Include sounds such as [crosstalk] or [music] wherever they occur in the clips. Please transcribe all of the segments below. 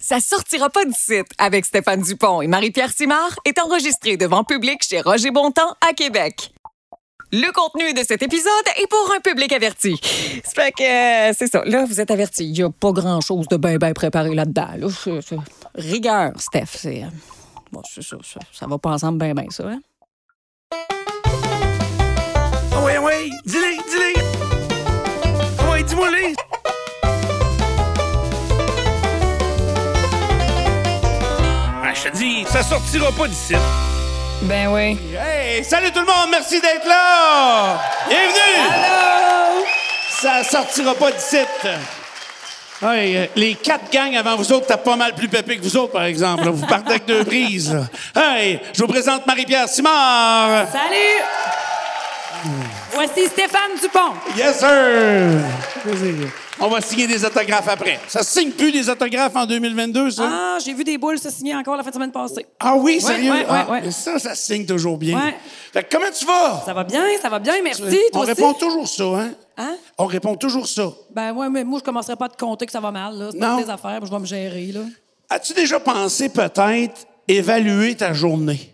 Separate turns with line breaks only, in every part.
Ça sortira pas du site avec Stéphane Dupont et Marie-Pierre Simard est enregistré devant public chez Roger Bontemps à Québec. Le contenu de cet épisode est pour un public averti. C'est fait que euh, c'est ça. Là, vous êtes averti. Il n'y a pas grand-chose de bien bien préparé là-dedans. là. C'est- c'est- Rigueur, Steph. C'est euh, bon, c'est ça, ça. Ça va pas ensemble bien bien ça. hein?
Oui, oui, Ah dis-le, dis-le. Ah Oui, dis-moi les. Ah, je te dis, ça sortira pas d'ici.
Ben oui.
Hey, salut tout le monde, merci d'être là! Bienvenue! Ça sortira pas d'ici. Hey, euh, les quatre gangs avant vous autres, t'as pas mal plus pépé que vous autres, par exemple. là. Vous partez avec deux prises. là. Hey, je vous présente Marie-Pierre Simard.
Salut!
Hmm.
Voici Stéphane Dupont.
Yes, sir! Vas-y. On va signer des autographes après. Ça signe plus des autographes en 2022, ça? Ah,
Ah, j'ai vu des boules se signer encore la fin de semaine passée.
oui,
Ouais,
sérieux?
ouais, ouais,
Ah,
ouais.
mais Ça, ça signe toujours bien.
Ouais.
Fait que comment tu vas?
Ça va bien, ça va bien, merci.
On
Toi aussi?
répond toujours ça, hein?
Hein?
On répond toujours ça.
Ben ouais, mais moi, je commencerai pas à te compter que ça va mal, là. C'est
Non.
pas tes affaires, puis je vais me gérer, là.
As-tu déjà pensé peut-être évaluer ta journée?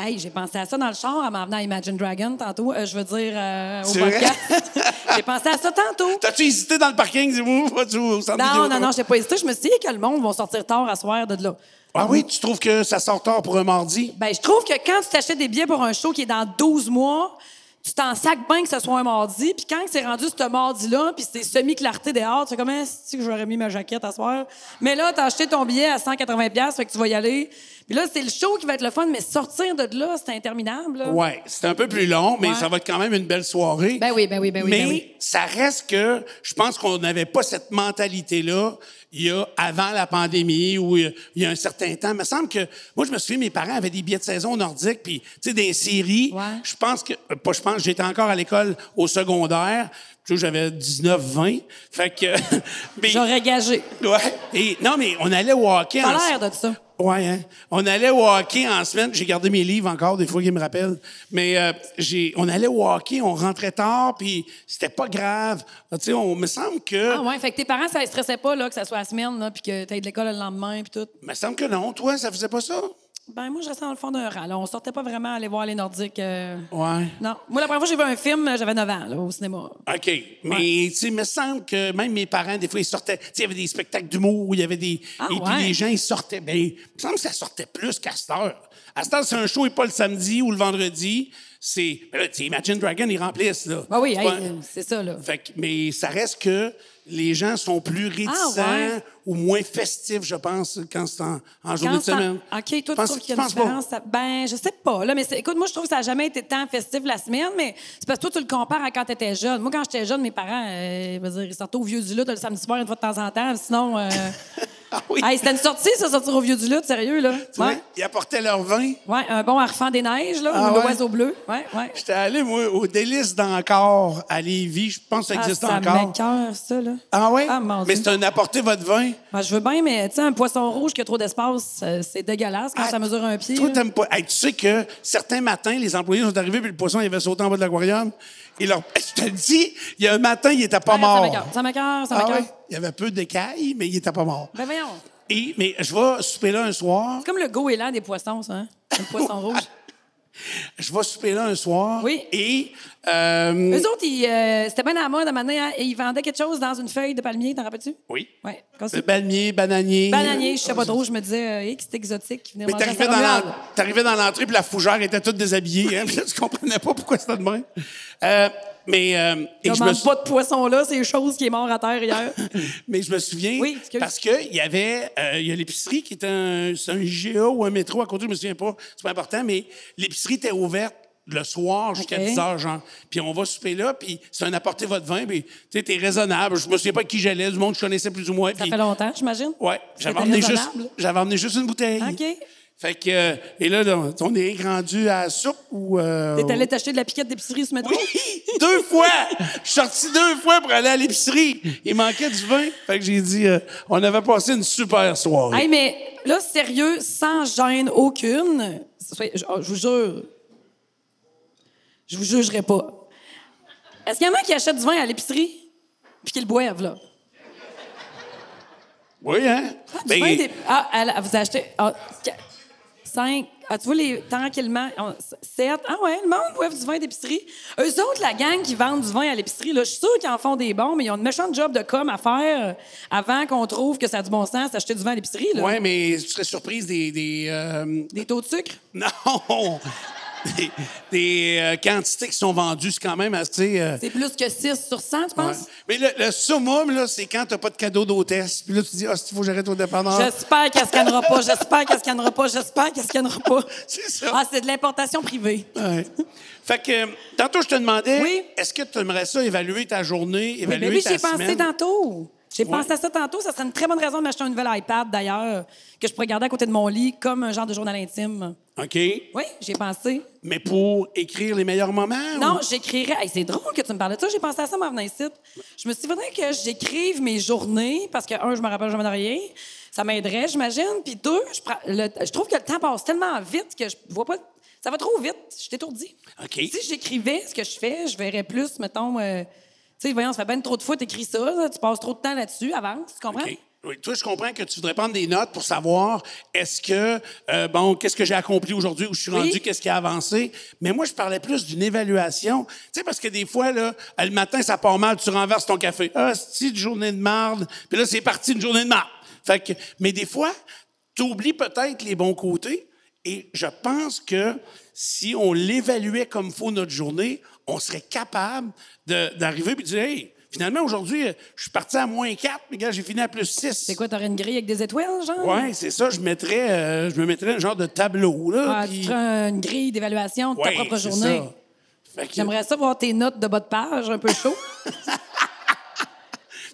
Hey, j'ai pensé à ça dans le char en m'en venant à Imagine Dragon tantôt. Euh, je veux dire, euh, au
C'est vrai?
podcast. [laughs] j'ai pensé à ça tantôt.
T'as-tu hésité dans le parking? Dis, Ouh, vas-tu au centre
Non,
Vidéotron?
non, non, j'ai pas hésité. Je me suis dit que le monde va sortir tard à soir de là.
Ah oui, tu trouves que ça sort tard pour un mardi?
Ben, je trouve que quand tu t'achètes des billets pour un show qui est dans 12 mois, tu t'en sacs bien que ce soit un mardi, puis quand c'est rendu ce mardi-là, puis c'est semi-clarté dehors, tu fais comme si que j'aurais mis ma jaquette à soir. Mais là, t'as acheté ton billet à 180$, piastres, fait que tu vas y aller. Puis là, c'est le show qui va être le fun, mais sortir de là, c'est interminable. là.
Ouais, c'est un peu plus long, mais
Euh. Ouais.
ça va être quand même une belle soirée.
Ben oui, ben oui, ben oui,
Mais
ben oui.
ça reste que je pense qu'on n'avait pas cette mentalité-là il y a avant la pandémie ou il y a- il y a un certain temps. Il me semble que moi je me souviens mes parents avaient des billets de saison nordiques puis tu sais des séries.
Ouais.
Je pense que euh, pas je pense j'étais encore à l'école au secondaire, tu sais, j'avais 19 20. Fait que [laughs] mais-
J'aurais gagé.
ouais, et non mais on allait au hockey
T'as
en-
l'air de ça.
Ouais, hein? On allait au hockey en semaine. J'ai gardé mes livres encore, des fois, qu'ils me rappellent. Mais euh, j'ai, on allait au hockey, on rentrait tard, puis c'était pas grave. Ah, Tu sais, on me semble que...
Ah ouais, fait que tes parents, ça les stressait pas, là, que ça soit la semaine, là, puis que t'ailles de l'école le lendemain, puis tout.
me semble que non. Toi, ça faisait pas ça?
Ben, moi, je restais dans le fond d'un rang, là. On sortait pas vraiment aller voir les Nordiques. euh,
Ouais.
Non. Moi, la première fois que j'ai vu un film, euh, j'avais 9 ans, là, au cinéma.
OK. Mais, tu sais, me semble que même mes parents, des fois, ils sortaient... Tu sais, il y avait des spectacles d'humour où il y avait des...
Ah,
et puis
ouais.
les gens, ils sortaient. Ben, il me semble que ça sortait plus qu'à cette heure. À cette heure, c'est un show et pas le samedi ou le vendredi. C'est... Ben là, tu sais, Imagine Dragon, ils remplissent, là.
Ben oui,
C'est
hey,
pas-
euh, c'est ça, là.
Fait que- mais ça reste que les gens sont plus réticents
Ah, ouais.
ou moins festifs, je pense, quand c'est en, en journée de
ça-
semaine.
OK, toi, tu
Pense-
trouves qu'il y
tu
a une
penses pas?
différence? ça- Ben, je sais pas. Là, mais c'est- écoute, moi, je trouve que ça n'a jamais été tant festif la semaine, mais c'est parce que toi, tu le compares à quand tu étais jeune. Moi, quand j'étais jeune, mes parents, euh, je veux dire, ils sortaient au Vieux du Lutte le samedi soir une fois de temps en temps. Sinon, euh,
Ah [laughs] oui,
hey, c'était une sortie, ça, sortir au Vieux du Lutte, sérieux, là.
tu vois,
Ouais.
ils apportaient leur vin.
Ouais, un bon arfan des neiges, là,
Ah
ou
ouais?
l'oiseau bleu. Ouais, ouais.
J'étais allé, moi, au délice d'encore à Lévis. Je pense que ça
Ah,
existe
ça
encore.
m'écoeure, ça, là.
Ah oui?
Ah, mon
mais
Dieu.
c'est un apporter votre vin.
Ben, je veux bien, mais tu sais, un poisson rouge qui a trop d'espace, euh, c'est dégueulasse quand
Ah,
ça mesure un pied.
Toi,
là.
t'aimes pas. Hey, tu sais que certains matins, les employés sont arrivés puis le poisson, il avait sauté en bas de l'aquarium. Et leur... Je te le dis, il y a un matin, il était pas
Ouais,
mort.
Ah, Ça m'écoeure, ça m'écoeure, ça
Ah
m'écoeure.
oui? Il y avait peu d'écailles, mais il était pas mort.
Ben voyons.
Et, mais je vais souper là un soir.
C'est comme le goéland des poissons, ça, hein?
[laughs]
Le poisson rouge.
Je vais souper là un soir.
Oui.
Et euh,
Eux autres, ils, euh, c'était bien à la mode à un moment donné, hein, et ils vendaient quelque chose dans une feuille de palmier, t'en rappelles-tu?
oui.
Oui. Comme ça.
Le Palmier, bananier.
Bananier, je sais pas trop, je me disais, euh, Hey, que c'est exotique. Ils venaient
Mais
manger à
t'arrivais dans,
Saint-Romuald.
l'en- t'arrivais dans l'entrée puis la fougère était toute déshabillée. Hein? [laughs] Puis là, tu comprenais pas pourquoi c'était de même. Euh, mais, euh, et
Ils
je me
mangent
sou-
pas de poisson là, c'est chose qui est mort à terre hier.
Hein? mais je me souviens,
Oui, excuse.
parce qu'il y avait, euh, il y a l'épicerie qui est un, c'est un IGA ou un métro à côté, je me souviens pas, c'est pas important, mais l'épicerie était ouverte le soir jusqu'à
OK.
10 heures, genre. Puis on va souper là, puis c'est un apporter votre vin, puis tu sais, t'es raisonnable. Je me souviens pas qui j'allais, du monde que je connaissais plus ou moins.
ça
puis-
fait longtemps, j'imagine.
Ouais, j'avais
C'était
emmené, juste,
raisonnable.
j'avais emmené juste une bouteille.
OK.
Fait que, euh, et là, là, on est rendu à la soupe ou. euh,
T'es allé t'acheter de la piquette d'épicerie ce métro?
Oui! deux fois! Je suis sorti deux fois pour aller à l'épicerie. Il manquait du vin. Fait que j'ai dit, euh, on avait passé une super soirée.
Hey, mais là, sérieux, sans gêne aucune, soyez- je, oh, je vous jure, je vous jugerai pas. Est-ce qu'il y en a qui achètent du vin à l'épicerie puis qui le boivent, là?
Oui, hein?
Tu
Ben,
vois des- Ah, elle- vous achetez. ah, qu- cinq. Ah, tu vois, les, tranquillement, on- sept. Ah ouais, le monde boit du vin d'épicerie. Eux autres, la gang qui vendent du vin à l'épicerie, là, je suis sûre qu'ils en font des bons, mais ils ont une méchante job de com à faire avant qu'on trouve que ça a du bon sens d'acheter du vin à l'épicerie. là.
ouais, mais tu serais surprise des... des euh, [laughs]
Des taux de sucre.
non! des des, euh, quantités qui sont vendues, c'est quand même assez... euh,
C'est plus que 6 sur 100, tu
ouais.
penses?
Mais le, le summum, là, c'est quand t'as pas de cadeau d'hôtesse. Puis là, tu dis, ah, il faut que j'arrête au dépanneur.
J'espère qu'elle scannera pas, j'espère qu'elle scannera pas, j'espère qu'elle scannera pas.
[laughs] C'est ça.
Ah, c'est de l'importation privée.
Ouais. Fait que, euh, tantôt, je te demandais,
Oui.
est-ce que tu aimerais ça évaluer ta journée,
Mais
évaluer
oui,
Eh ben ta
j'y ai
semaine?
pensé tantôt. J'ai
Ouais.
pensé à ça tantôt. Ça serait une très bonne raison de m'acheter un nouvel iPad, d'ailleurs, que je pourrais garder à côté de mon lit comme un genre de journal intime.
OK.
Oui, j'ai pensé.
Mais pour écrire les meilleurs moments?
Non,
ou-
j'écrirais. Hey, c'est drôle que tu me parles de ça. J'ai pensé à ça en venant ici. Je me suis dit, faudrait que j'écrive mes journées parce que, un, je me rappelle jamais de rien. Ça m'aiderait, j'imagine. Puis deux, je, prends- le- je trouve que le temps passe tellement vite que je vois pas. Ça va trop vite. Je t'étourdis.
OK.
Si j'écrivais ce que je fais, je verrais plus, mettons. euh, tu sais, voyons, ça fait bien trop de fois que t'écris ça. là. tu passes trop de temps là-dessus. Avance, tu comprends?
OK. Oui, toi, je comprends que tu voudrais prendre des notes pour savoir est-ce que, euh, bon, qu'est-ce que j'ai accompli aujourd'hui, où je suis
Oui.
rendu, qu'est-ce qui a avancé. Mais moi, je parlais plus d'une évaluation. Tu sais, parce que des fois, là, euh, le matin, ça part mal, tu renverses ton café. Ah, c'est une journée de marde. Puis là, c'est parti, une journée de marde. Fait que, mais des fois, tu oublies peut-être les bons côtés. Et je pense que si on l'évaluait comme faut notre journée, on serait capable de- d'arriver et de dire, hey, finalement, aujourd'hui, euh, je suis parti à moins 4, mais gars, j'ai fini à plus 6.
C'est quoi, t'aurais une grille avec des étoiles, genre?
Oui, c'est ça. Je mettrais, euh, je me mettrais un genre de tableau. Là,
Ah, tu
puis-
ferais une grille d'évaluation de
Ouais,
ta propre
c'est
journée.
ça. Fait que-
J'aimerais ça voir tes notes de bas de page, un peu chaud.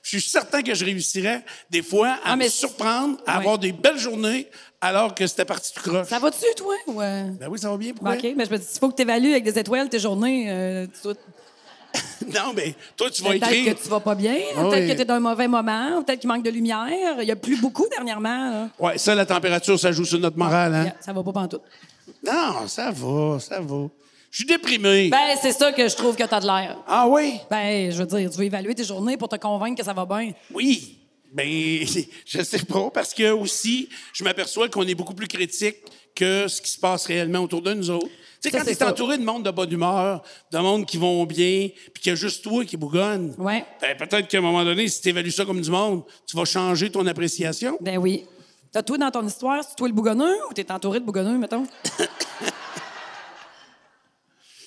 Je suis certain que je réussirais des fois à
Ah,
me
mais-
surprendre, à
Ouais.
avoir des belles journées alors que c'était parti du croche.
ça va-tu, toi? Ou... euh?
Ben oui, ça va bien.
Ben,
Pourquoi?
OK, mais je me dis, il faut que tu évalues avec des étoiles tes journées. euh, tu dois-
[laughs] Non, mais toi, tu vas
peut-être
écrire.
que tu vas pas bien,
Ah
peut-être
oui.
que tu es dans un mauvais moment, peut-être qu'il manque de lumière. Il y a plus beaucoup dernièrement. là.
Ouais, ça, la température, ça joue sur notre morale. Hein?
Yeah, Ça va pas pantoute.
Non, ça va, ça va. Je suis déprimé.
Ben, c'est ça que je trouve que tu as de l'air.
ah oui?
Ben, je veux dire, tu veux évaluer tes journées pour te convaincre que ça va bien.
Oui. Ben, [laughs] je sais pas, parce que aussi, je m'aperçois qu'on est beaucoup plus critique que ce qui se passe réellement autour de nous autres. Tu sais,
Ça,
quand
c'est
t'es
ça.
entouré de monde de bonne humeur, de monde qui vont bien, puis qu'il y a juste toi qui bougonne,
Ouais.
ben, peut-être qu'à un moment donné, si t'évalues ça comme du monde, tu vas changer ton appréciation.
Ben oui. T'as toi dans ton histoire, c'est toi le bougonneux ou t'es entouré de bougonneux, mettons?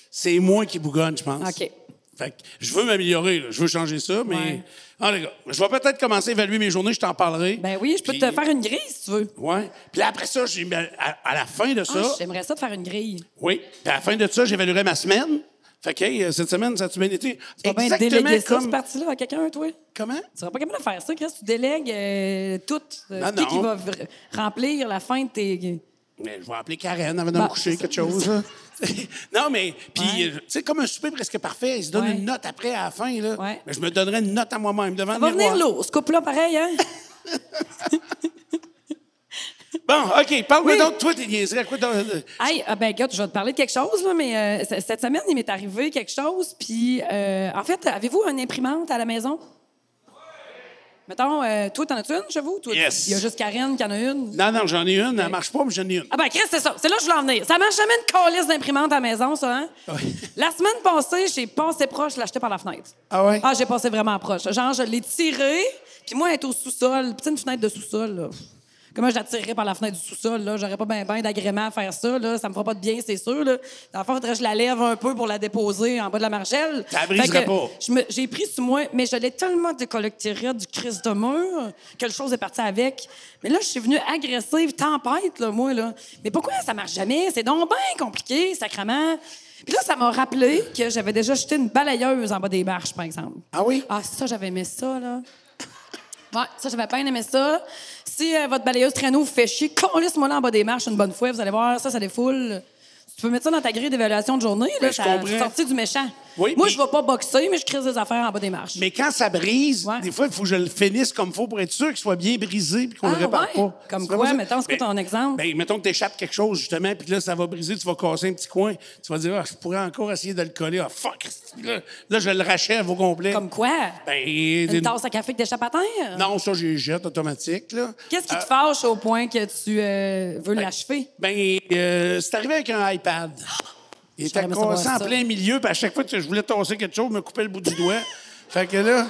C'est moi qui bougonne, je pense.
OK.
Fait que je veux m'améliorer, là. je veux changer ça, mais...
Ouais.
En tout cas, je vais peut-être commencer à évaluer mes journées, je t'en parlerai.
Ben oui, je peux
Puis-
te faire une grille si tu veux.
Ouais. Puis là, après ça, j'ai- ben, à, à la fin de ça...
Ah, J'aimerais ça te faire une grille.
Oui. Puis à la fin de ça, j'évaluerai ma semaine. Fait que, hey, euh, cette semaine, ça a-tu bien été?
Tu vas bien
Exactement
déléguer ça,
comme...
cette partie-là, à quelqu'un, toi? Tu
Comment?
seras pas capable de faire ça, Chris. Tu délègues euh, tout. Euh,
Non,
qui qui
non.
va v- remplir la fin de tes... euh,
Mais je vais appeler Karen avant de me
Bon,
coucher,
c'est
quelque
ça.
chose.
[laughs]
là. non, mais... Puis,
Ouais.
euh, tu sais, comme un souper presque parfait, il se donne
Ouais.
une note après, à la fin, là.
Ouais.
Mais je me donnerai une note à moi-même devant
Ça
le
va venir
miroir.
lourd, ce couple-là, pareil, hein? [laughs]
Bon, OK, parle-moi
Oui.
donc, toi, t'es niaiserais. à Quoi, dans- euh,
Hey, ah ben, gars, je vais te parler de quelque chose, là, mais euh, c- cette semaine, il m'est arrivé quelque chose. Puis, euh, en fait, avez-vous une imprimante à la maison? Mettons, euh, toi, t'en as-tu une chez vous? Toi,
Yes.
Il y a juste Karen qui en a une.
Non, non, j'en ai une. Elle marche pas, mais j'en ai une.
Ah ben, Chris, c'est ça. C'est là que je voulais en venir. Ça marche jamais une calice d'imprimante à la maison, ça, hein? La semaine passée, j'ai passé proche, je l'ai acheté par la fenêtre.
Ah ouais?
Ah, j'ai passé vraiment proche. Genre, je l'ai tiré, puis moi, elle est au sous-sol. Puis, tu sais, une fenêtre de sous-sol, là. Pff, Comment je la tirerais par la fenêtre du sous-sol, là? J'aurais pas bien ben, d'agrément à faire ça, là. Ça me fera pas de bien, c'est sûr, là. Dans le fond, faudrait que je la lève un peu pour la déposer en bas de la margelle.
Ça la briserait
Fait que
pas.
je me- J'ai pris sur moi, mais je l'ai tellement décollecté du Christ de mur que le chose est parti avec. Mais là, je suis venue agressive, tempête, là, moi, là. Mais pourquoi ça marche jamais? C'est donc bien compliqué, sacrement. Puis là, ça m'a rappelé que j'avais déjà jeté une balayeuse en bas des marches, par exemple.
Ah oui?
Ah, ça, j'avais aimé ça, là. Ouais, ça, j'avais bien aimé ça. Si euh, votre balayeuse traîneau vous fait chier, collez moi là en bas des marches une bonne fois, vous allez voir, ça, ça défoule. Tu peux mettre ça dans ta grille d'évaluation de journée, là,
je
ça-
comprends.
c'est sorti du méchant.
Oui,
Moi,
mais-
je vais pas boxer, mais je crise des affaires en bas des marches.
Mais quand ça brise,
Ouais.
des fois, il faut que je le finisse comme il faut pour être sûr qu'il soit bien brisé et qu'on
Ah,
le répare
ouais?
pas.
Comme
C'est
quoi,
ça?
mettons, c'est quoi ton exemple?
Ben, mettons que tu échappes quelque chose, justement, puis là, ça va briser, tu vas casser un petit coin. Tu vas dire, ah, je pourrais encore essayer de le coller. Ah, fuck! Là, là, je le rachève au complet.
Comme quoi?
Ben,
Une tasse à café que t'échappes à terre?
Non, ça, j'ai jette automatique, là.
Qu'est-ce qui
Euh,
te fâche au point que tu euh, veux l'achever?
Ben, euh, c'est arrivé avec un iPad. Il était
J'aimerais savoir
coincé en
ça.
plein milieu, puis à chaque fois que je voulais tosser quelque chose, je me coupais le bout du doigt. fait que là,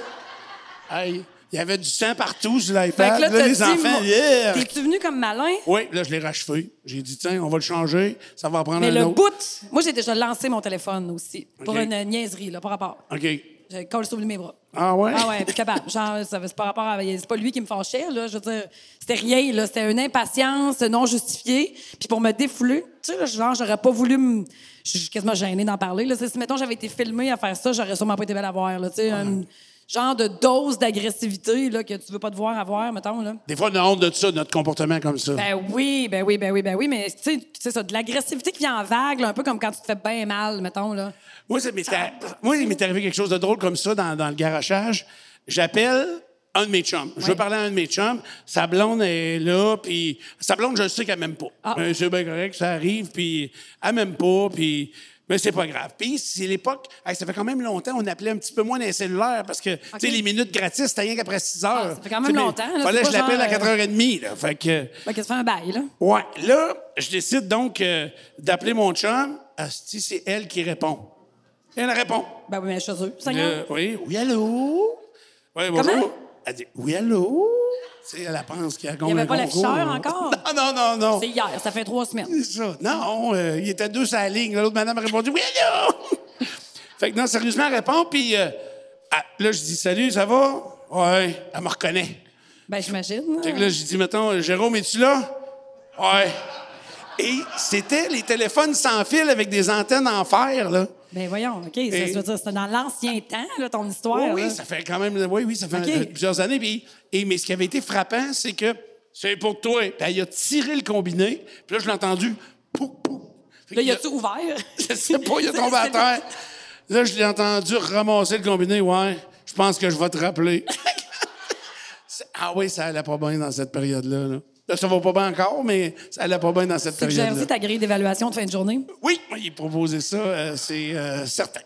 aïe, il y avait du sang partout sur
Fait
l'iPad.
que là,
ben, Là,
t'as
les
dit,
enfants,
moi-
yeah!
T'es-tu venu comme malin?
Oui, là, je l'ai rachevé. J'ai dit, tiens, on va le changer, ça va en prendre
Mais
un
le
autre.
bout, moi, j'ai déjà lancé mon téléphone aussi pour
Ok.
une niaiserie, là, par rapport.
OK.
Je colle sur mes bras.
Ah ouais?
Ah ouais, puis capable. Genre, ça c'est par rapport à. C'est pas lui qui me fâchait, là. Je veux dire, c'était rien, là. C'était une impatience non justifiée. Puis pour me défouler, tu sais, là, genre, j'aurais pas voulu me. Je suis quasiment gênée d'en parler, là. C'est- Si, mettons, j'avais été filmée à faire ça, j'aurais sûrement pas été belle à voir, là. Tu sais, une genre de dose d'agressivité, là, que tu veux pas te voir avoir, mettons, là.
Des fois, on a honte de ça, de notre comportement comme ça.
Ben oui, ben oui, ben oui, ben oui, mais tu sais, c'est ça, de l'agressivité qui vient en vague, là, un peu comme quand tu te fais bien mal, mettons, là.
Moi, ça m'est ar- Moi, il m'est arrivé quelque chose de drôle comme ça dans, dans le garachage. J'appelle un de mes chums. Je veux parler à un de mes chums. Sa blonde est là, puis sa blonde, je sais qu'elle m'aime pas.
Ah.
Euh, C'est bien correct, ça arrive, puis elle m'aime pas, puis... Mais c'est pas grave. Puis, c'est l'époque... hey, ça fait quand même longtemps, on appelait un petit peu moins dans les cellulaires parce que, tu sais, les minutes gratis, c'était rien qu'après 6 heures.
Ah, ça fait quand même
Tu sais, mais
longtemps, là,
Fallait
c'est
que je
pas
l'appelle
genre, euh,
à 4h30, là. Fait que...
Fait Ben, que ça fait un bail, là.
Ouais. Là, je décide donc euh, d'appeler mon chum. Asti, c'est elle qui répond. Elle répond.
Ben oui, mais chez eux, Seigneur.
Euh, oui, oui, allô? Oui, bonjour.
Comment?
Elle dit, oui, allô? Tu sais, elle pense qu'il y a
Il n'y avait pas
concours.
l'afficheur encore?
Non, [laughs] non, non, non.
C'est hier, ça fait trois semaines.
C'est ça. Non, euh, il était deux sur la ligne. L'autre madame a répondu, oui, allô? [laughs] fait que non, sérieusement, elle répond, puis euh, ah, là, je dis, salut, ça va? Ouais, elle me reconnaît.
Ben j'imagine.
Fait que là, j'ai dit, mettons, Jérôme, es-tu là? Ouais. Et c'était les téléphones sans fil avec des antennes en fer, là.
Ben voyons, OK,
Et-
ça, ça veut dire, c'était dans l'ancien temps, là, ton histoire.
oui,
là.
oui, ça fait quand même. Oui, oui, ça fait
OK.
euh, plusieurs années. Puis, et, mais ce qui avait été frappant, c'est que c'est pour toi. Puis elle a tiré le combiné. Puis là, je l'ai entendu. Pou, pou. Fait
Là,
que
y a-tu ouvert?
[laughs] Je sais pas,
[laughs]
il a tombé à terre. Là, je l'ai entendu ramasser le combiné. Ouais, je pense que je vais te
[laughs]
rappeler. C'est- ah oui, ça allait pas bien dans cette période-là. Là. Là, ça va pas bien encore, mais ça allait pas bien dans cette
C'est que j'ai
période-là.
reçu ta grille d'évaluation de fin de journée.
Oui, il proposait ça, euh, c'est euh, certain.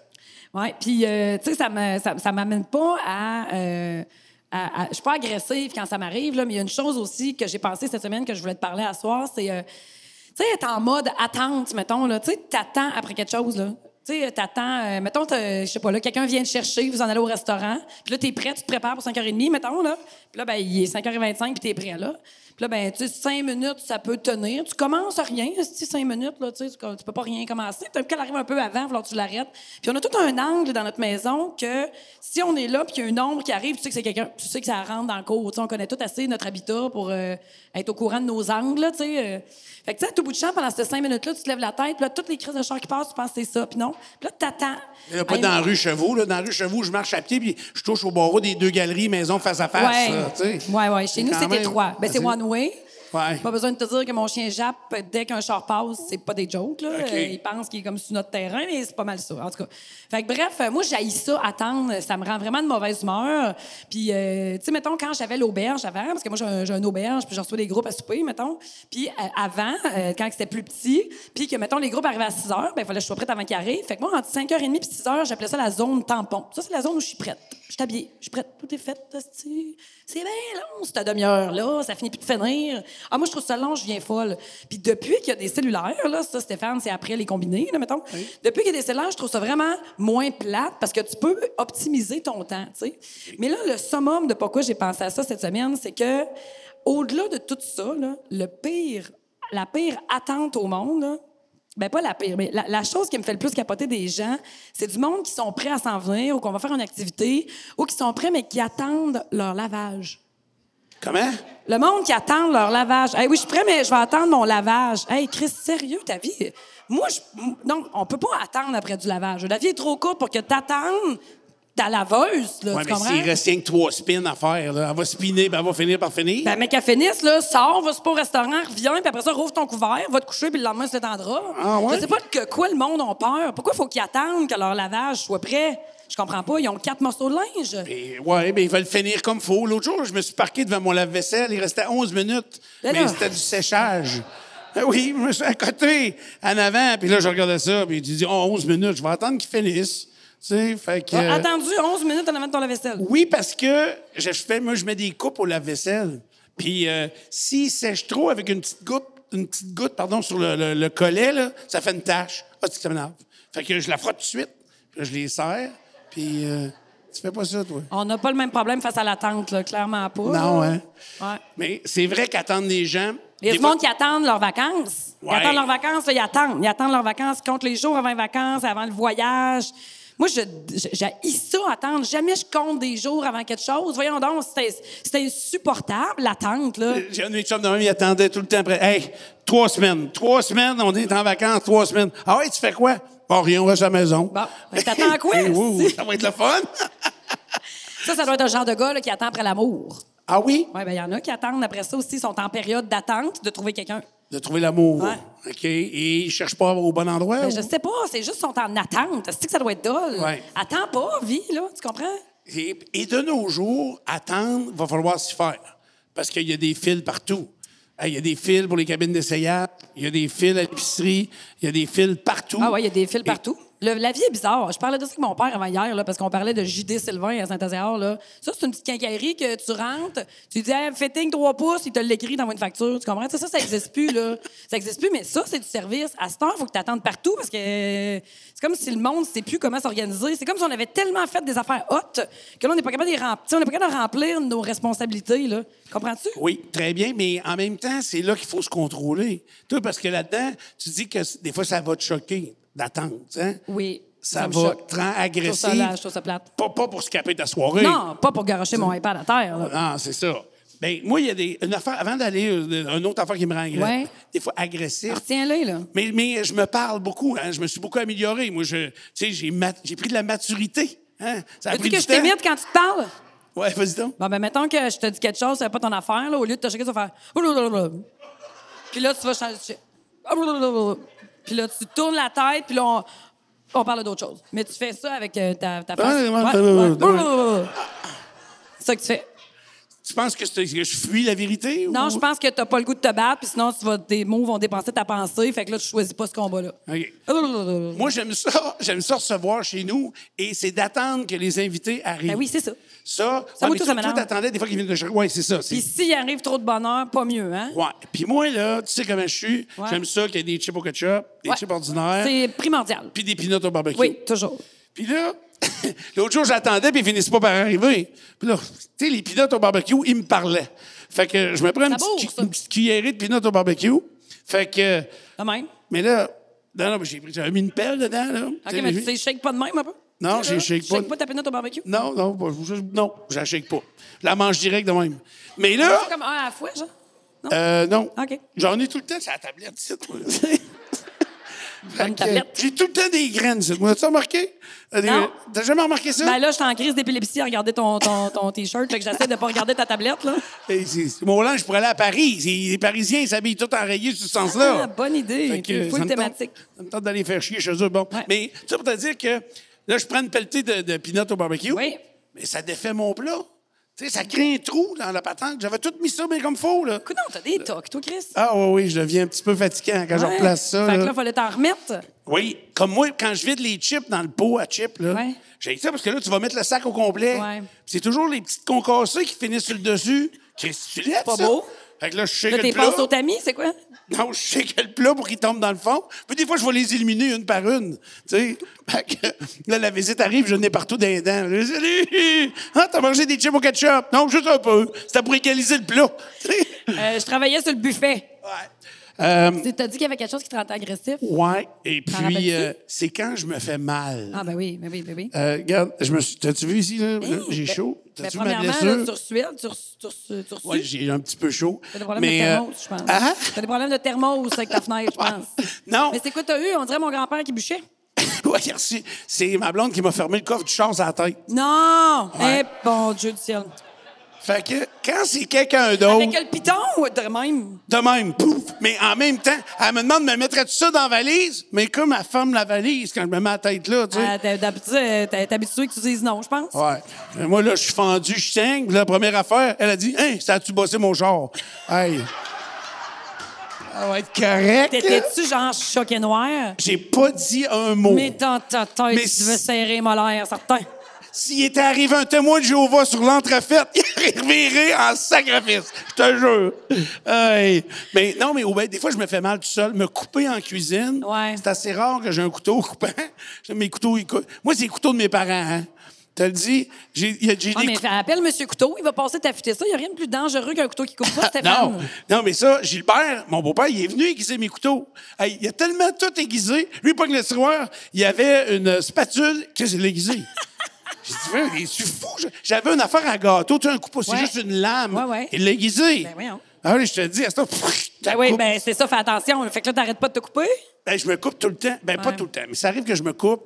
Ouais, puis euh, tu sais, ça me, ça, ça m'amène pas à, euh, à- à- je suis pas agressive quand ça m'arrive là, mais il y a une chose aussi que j'ai pensé cette semaine que je voulais te parler à soir, c'est euh, tu sais être en mode attente, mettons là, tu sais t'attends après quelque chose là. Tu sais, t'attends, euh, mettons, t'as- je sais pas, là, quelqu'un vient te chercher, vous en allez au restaurant, puis là, t'es prêt, tu te prépares pour 5h30, mettons, là. Puis là, ben, il est 5h25, puis t'es prêt, là. Puis là, ben, tu sais, 5 minutes, ça peut tenir. Tu commences à rien, si 5 minutes, là, tu sais, tu com- tu peux pas rien commencer. T'as qu'elle arrive un peu avant, alors tu l'arrêtes. Puis on a tout un angle dans notre maison que si on est là, puis qu'il y a une ombre qui arrive, tu sais que c'est quelqu'un, tu sais que ça rentre dans le cours. Tu sais, on connaît tout assez notre habitat pour euh, être au courant de nos angles, là, tu sais. euh. Fait que, tu sais, à tout bout de champ, pendant ces 5 minutes-là, tu te lèves la tête, puis là, toutes les crises de char qui passent, tu penses que c'est ça, puis non. Puis là, t'attends.
Il y en a pas
Hey,
dans la rue Chevaux. Là. Dans la rue Chevaux, je marche à pied puis je touche au barreau des deux galeries maison face à face.
Ouais.
là, tu sais.
ouais, ouais. Chez nous,
Quand
c'est
même,
étroit. Ben, c'est
assez-
one way.
Ouais.
Pas besoin de te dire que mon chien jappe dès qu'un char passe, c'est pas des jokes. Là.
OK.
Euh, Il pense qu'il est comme sur notre terrain, mais c'est pas mal ça. En tout cas. Fait que bref, euh, moi j'haïs ça, attendre, ça me rend vraiment de mauvaise humeur. Puis euh, tu sais mettons quand j'avais l'auberge avant parce que moi j'ai un- j'ai une auberge, puis je reçois des groupes à souper mettons. Puis euh, avant euh, quand c'était plus petit, puis que mettons les groupes arrivaient à 6 heures, ben fallait que je sois prête avant qu'ils arrivent. Fait que moi entre 5h30 puis 6 heures, j'appelais ça la zone tampon. Ça c'est la zone où je suis prête. Je suis habillée, je suis prête, tout est fait. esti. C'est bien long, cette demi-heure-là, ça finit plus de finir. Ah, moi, je trouve ça long, je viens folle. Puis depuis qu'il y a des cellulaires, là, ça, Stéphane, c'est après les combinés, là, mettons. Depuis qu'il y a des cellulaires, je trouve ça vraiment moins plate parce que tu peux optimiser ton temps, tu sais. Mais là, le summum de pourquoi j'ai pensé à ça cette semaine, c'est que, au-delà de tout ça, là, le pire, la pire attente au monde, là, ben pas la pire, mais la, la chose qui me fait le plus capoter des gens, c'est du monde qui sont prêts à s'en venir ou qu'on va faire une activité ou qui sont prêts mais qui attendent leur lavage.
Comment?
Le monde qui attend leur lavage. Hey, oui, je suis prêt, mais je vais attendre mon lavage. Hey, Chris, sérieux, ta vie? Moi, je. Non, on peut pas attendre après du lavage. La vie est trop courte pour que t'attendes ta laveuse, là,
Ouais,
tu
mais
comprends?
s'il reste rien que trois spins à faire, là, elle va spinner, puis elle va finir par finir.
Ben, mec, à finisse, là, sors, va au restaurant, reviens, puis après ça, rouvre ton couvert, va te coucher, puis le lendemain, tu t'étendras.
Ah ouais?
Je sais pas que quoi le monde a peur. Pourquoi faut qu'ils attendent que leur lavage soit prêt? Je comprends pas. Ils ont quatre morceaux de linge.
Et ouais, mais ils veulent finir comme faut. L'autre jour, je me suis parqué devant mon lave-vaisselle. Il restait 11 minutes.
Ben
mais
là.
c'était du séchage. Ah Oui, je me suis à côté, en avant. Puis là, je regardais ça. Puis tu dis, oh, 11 minutes, je vais attendre qu'ils finissent. Tu sais, fait que. euh,
T'as Ah, attendu 11 minutes en avant de ton lave-vaisselle.
Oui, parce que je fais, moi, je mets des coupes au lave-vaisselle. Puis euh, s'il sèche trop avec une petite goutte, une petite goutte pardon, sur le, le- le collet, là, ça fait une tache. Ah, tu sais que ça m'énerve. Fait que je la frotte tout de suite. Puis là, je les serre. Puis euh, tu fais pas ça, toi.
On n'a pas le même problème face à l'attente, là, clairement pas.
Non,
là.
hein?
Oh. Ouais.
Mais c'est vrai qu'attendre les gens.
Il y a
des
du
fois-
monde qui attendent leurs vacances. Ils
Ouais.
attendent leurs vacances, là, ils attendent. Ils attendent leurs vacances, ils comptent les jours avant les vacances, avant le voyage. Moi, je, je- j'haïs ça, attendre. Jamais je compte des jours avant quelque chose. Voyons donc, c'était, c'était insupportable, l'attente, là.
J'ai un de mes chums de même, il attendait tout le temps après. Hey, trois semaines. Trois semaines, on est en vacances, trois semaines. Ah ouais, tu fais quoi? Bon, rien, on reste à la maison.
Bon, mais t'attends
[laughs]
quoi?
Eh, ouh, ça va être le fun.
Ça, ça doit être un genre de gars là, qui attend après l'amour.
Ah oui?
Oui, bien, il y en a qui attendent après ça aussi, ils sont en période d'attente de trouver quelqu'un.
De trouver l'amour.
Ouais.
OK. Et ils cherchent pas au bon endroit?
Ben,
ou-
je sais pas, c'est juste qu'ils sont en attente. cest que ça doit être dole?
Ouais.
Attends pas, vie, là, tu comprends?
Et, et de nos jours, attendre, va falloir s'y faire. Parce qu'il y a des fils partout. Hey, Il y a des fils pour les cabines d'essayage, il y a des fils à l'épicerie, il y a des fils partout.
Ah ouais, il y a des fils
Et-
partout. Le- la vie est bizarre. Je parlais de ça avec mon père avant hier, là, parce qu'on parlait de JD Sylvain à Saint-Azéar. là. Ça, c'est une petite quincaillerie que tu rentres, tu dis hey, fitting 3 pouces, il te l'écrit dans une facture. Tu comprends? Tu sais, Ça, ça n'existe plus. Là. Ça n'existe plus, mais ça, c'est du service. À cette heure, il faut que tu attendes partout parce que euh, c'est comme si le monde ne sait plus comment s'organiser. C'est comme si on avait tellement fait des affaires hautes que là, on n'est pas capable de, les rem- tu sais, on n'est pas capable de remplir nos responsabilités. Là. Comprends-tu?
Oui, très bien, mais en même temps, c'est là qu'il faut se contrôler. Toi, parce que là-dedans, tu dis que c- des fois, ça va te choquer d'attendre. hein?
Oui.
Ça,
ça me
va
choque.
te rendre
Je trouve
agressif.
ça, lâche, je trouve ça plate.
Pas, pas pour scaper ta soirée.
Non, pas pour garocher mon iPad à terre. là.
Ah, c'est ça. Ben, moi, il y a des, une affaire, avant d'aller, euh, une autre affaire qui me rend agressif.
Ouais.
Des fois, agressif.
Retiens-le, là.
Mais, mais je me parle beaucoup. hein. Je me suis beaucoup amélioré. Moi, je, tu sais, j'ai, mat- j'ai pris de la maturité. Hein. Ça a
Veux-tu
pris
que
du
je
temps.
t'imite quand tu te parles?
Ouais, vas-y donc.
Bon, ben, mettons que je te dis quelque chose, c'est pas ton affaire, là. Au lieu de te choquer, tu vas faire. Blablabla. Puis là, tu vas changer. Blablabla. Puis là, tu tournes la tête, puis là, on, on parle d'autre chose. Mais tu fais ça avec euh, ta, ta face.
Ouais, ouais, ouais.
Blablabla. C'est ça que tu fais.
Tu penses que, c'est- que je fuis la vérité?
Non,
ou-
je pense que t'as pas le goût de te battre, puis sinon, tu vas, tes mots vont dépenser ta pensée. Fait que là, tu choisis pas ce combat-là.
OK.
Blablabla.
Moi, j'aime ça. J'aime ça recevoir chez nous et c'est d'attendre que les invités arrivent.
Ben oui, c'est ça.
Ça,
Ça,
ah,
moi,
mais
tout,
toi,
ça
toi,
m'énerve.
t'attendais des fois qu'ils viennent de chez Oui, c'est ça. c'est-
Puis s'il arrive trop de bonheur, pas mieux, hein?
Ouais. Puis moi, là, tu sais comment je suis.
Ouais.
J'aime ça qu'il y ait des chips au ketchup, des
Ouais.
chips ordinaires,
C'est primordial.
puis des peanuts au barbecue.
Oui, toujours.
Puis là, [laughs] l'autre jour, j'attendais, puis ils finissent pas par arriver. Puis là, tu sais, les peanuts au barbecue, ils me parlaient. Fait que je me prends une
Ça bourre,
petite, cu-
ça.
une petite cuillerée de peanuts au barbecue. Fait que...
De même.
Mais là... Non, non, mais j'ai pris- j'avais mis une pelle dedans, là.
OK,
sais,
mais
j'ai-
tu sais, shake pas de même un peu?
Non,
Tu sais, là,
j'ai shake
tu
pas de-
Shake pas ta pénate au barbecue?
Non, non, pas- je, non, je la shake pas. Je la mange direct de même. Mais là,
Pas comme un à la fois, genre? Non?
euh, non.
OK.
J'en ai tout le temps sur la tablette, ici, toi.
[laughs] Bonne tablette.
J'ai tout le temps des graines, ici. Moi, As-tu remarqué? Euh, des-
Non.
T'as jamais remarqué ça?
Ben là, je suis en crise d'épilepsie à regarder ton, ton, ton T-shirt, là, que j'essaie de pas regarder ta tablette, là.
Hey, Eh, c'est- c'est- Mon linge, je pourrais aller à Paris. C'est- Les Parisiens, ils s'habillent tout enrayés sur ce sens-là.
Ah, bonne idée.
Fait
Puis, full
ça me tente-
thématique.
Ça me tente d'aller faire chier chez eux. Bon.
Ouais.
Mais ça pour te dire que là, je prends une pelletée de, de peanuts au barbecue.
Oui.
Mais ça défait mon plat. Tu sais, ça crée un trou dans la patente. J'avais tout mis ça bien comme faux, là.
Écoute, t'as des tocs, toi, Chris.
Ah oui, oui, je deviens un petit peu fatigant quand je
Ouais.
replace ça.
Fait que
là.
là, fallait t'en remettre.
Oui, comme moi, quand je vide les chips dans le pot à chips, là,
Ouais.
j'ai ça parce que là, tu vas mettre le sac au complet.
Ouais.
Puis C'est toujours les petites concassées qui finissent sur le dessus. Qu'est-ce que tu lèves,
Pas
ça?
beau.
Fait que là, je
Là,
shake le
tes
plat.
passes au tamis, c'est quoi?
Non, je shake le plat pour qu'il tombe dans le fond. Puis des fois, je vais les éliminer une par une. Tu sais, Fait que, là, la visite arrive, je n'ai partout d'un dents. Je dis, Salut! Ah, t'as mangé des chips au ketchup? Non, juste un peu. C'était pour égaliser le plat. Tu sais?
Euh, je travaillais sur le buffet.
Ouais. Euh,
Tu T'as dit qu'il y avait quelque chose qui te rendait agressif?
ouais. Et
T'en rappelles-tu?
puis, euh, c'est quand je me fais mal.
Ah, ben oui, ben oui, ben oui.
Euh, regarde, je me suis. T'as-tu vu ici, là? Là, J'ai
Ben-
chaud.
ben,
T'as-tu vu ma
premièrement,
blessure?
là, tu ressuelles, tu reçu- tu reçu- tu reçus.
Ouais, j'ai un petit peu chaud.
T'as des problèmes
mais,
de
euh,
thermos, je pense.
ah?
T'as des problèmes de thermos avec ta fenêtre, je pense.
Non.
Mais c'est quoi t'as eu? On dirait mon grand-père qui bûchait.
[laughs] toi qui as reçu. C'est ma blonde qui m'a fermé le coffre du char à la tête.
Non!
Ouais.
Eh, bon Dieu du ciel.
Fait que quand c'est quelqu'un d'autre,
Avec le piton, ou de même.
de même, pouf, mais en même temps, elle me demande, me mettrais-tu ça dans la valise? Mais comme elle ferme la valise quand je me mets la tête là, tu sais.
Ah, t'es- D'habitude, euh, t'es t'es habitué que tu dises non, je pense.
Ouais. Mais moi, là, je suis fendu, je saigne. Puis La première affaire, elle a dit, « Hein, ça a-tu bossé mon char? » Hey. Ça va être correct. là.
T'étais-tu genre choqué noir?
J'ai pas dit un mot.
Mais dans ta tête,
Oh. Mais
tu veux
si-
serrer molaire, certain.
S'il était arrivé un témoin de Jéhovah sur l'entrefaite, [laughs] il aurait reviré en sacrifice. Je te jure. Hey. Mais non, mais au ben, des fois, je me fais mal tout seul. Me couper en cuisine,
Ouais.
c'est assez rare que j'ai un couteau [laughs] coupant. J'ai Mes couteaux, ils cou- Moi, c'est les couteaux de mes parents. Hein. Tu le dis, j'ai il y a- j'ai
Ah,
des
mais
couteaux-
appelle Monsieur Couteau, il va passer t'affûter ça. Il n'y a rien de plus dangereux qu'un couteau qui coupe pas, Stéphane.
[laughs] Non, non, mais ça, Gilbert, mon beau-père, il est venu aiguiser mes couteaux. Hey, il a tellement tout aiguisé. Lui, pas que le tiroir, il avait une spatule. Qu'est-ce qu'il a aiguisé?
[laughs]
J'ai dit, mais tu fou? Je- J'avais une affaire à gâteau, tu as un couteau, c'est
Ouais.
juste une lame.
Ouais, ouais.
Il l'a aiguisé.
Ben, voyons.
Ah oui, je te dis, à ce temps, pff,
Ben
ta
oui,
coupe.
ben c'est ça, fais attention. Fait que là, t'arrêtes pas de te couper.
Ben, je me coupe tout le temps. Ben, pas
Ouais.
tout le temps, mais ça arrive que je me coupe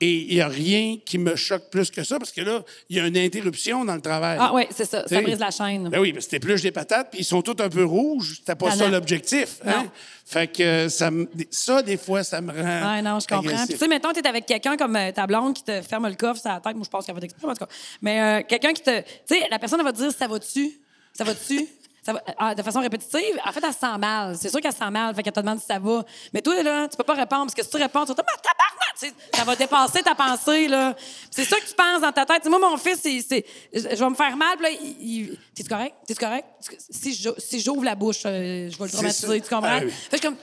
et il n'y a rien qui me choque plus que ça parce que là, il y a une interruption dans le travail.
Ah oui, c'est ça, ça
T'sais.
brise la chaîne.
Ben oui, parce que t'épluches des patates, puis ils sont tous un peu rouges. C'était pas
Tannant.
ça l'objectif. Hein?
Non.
Fait que euh, ça, me- ça, des fois, ça me rend.
Ouais, non, je comprends. Puis, tu
agressif.
sais, mettons, t'es avec quelqu'un comme euh, ta blonde qui te ferme le coffre sur la tête. Moi, je pense qu'elle va t'exprimer, en tout cas. Mais euh, quelqu'un qui te. Tu sais, la personne, elle va te dire ça va-tu? Ça va-tu? [laughs] Ça va- ah, de façon répétitive, en fait, elle se sent mal. C'est sûr qu'elle se sent mal. Fait qu'elle te demande si ça va. Mais toi, là, tu peux pas répondre parce que si tu réponds, tu vas dire, Mais tabarnak! Tu sais, Ça va dépasser ta pensée, là. Puis C'est ça que tu penses dans ta tête. Tu sais, moi, mon fils, il- c'est, je je vais me faire mal. Puis là, il, il- T'es-tu correct? T'es-tu correct? Si je- si j'ouvre la bouche, euh, je vais le traumatiser.
ça.
Tu comprends?
Ah oui.
Fait que je suis comme.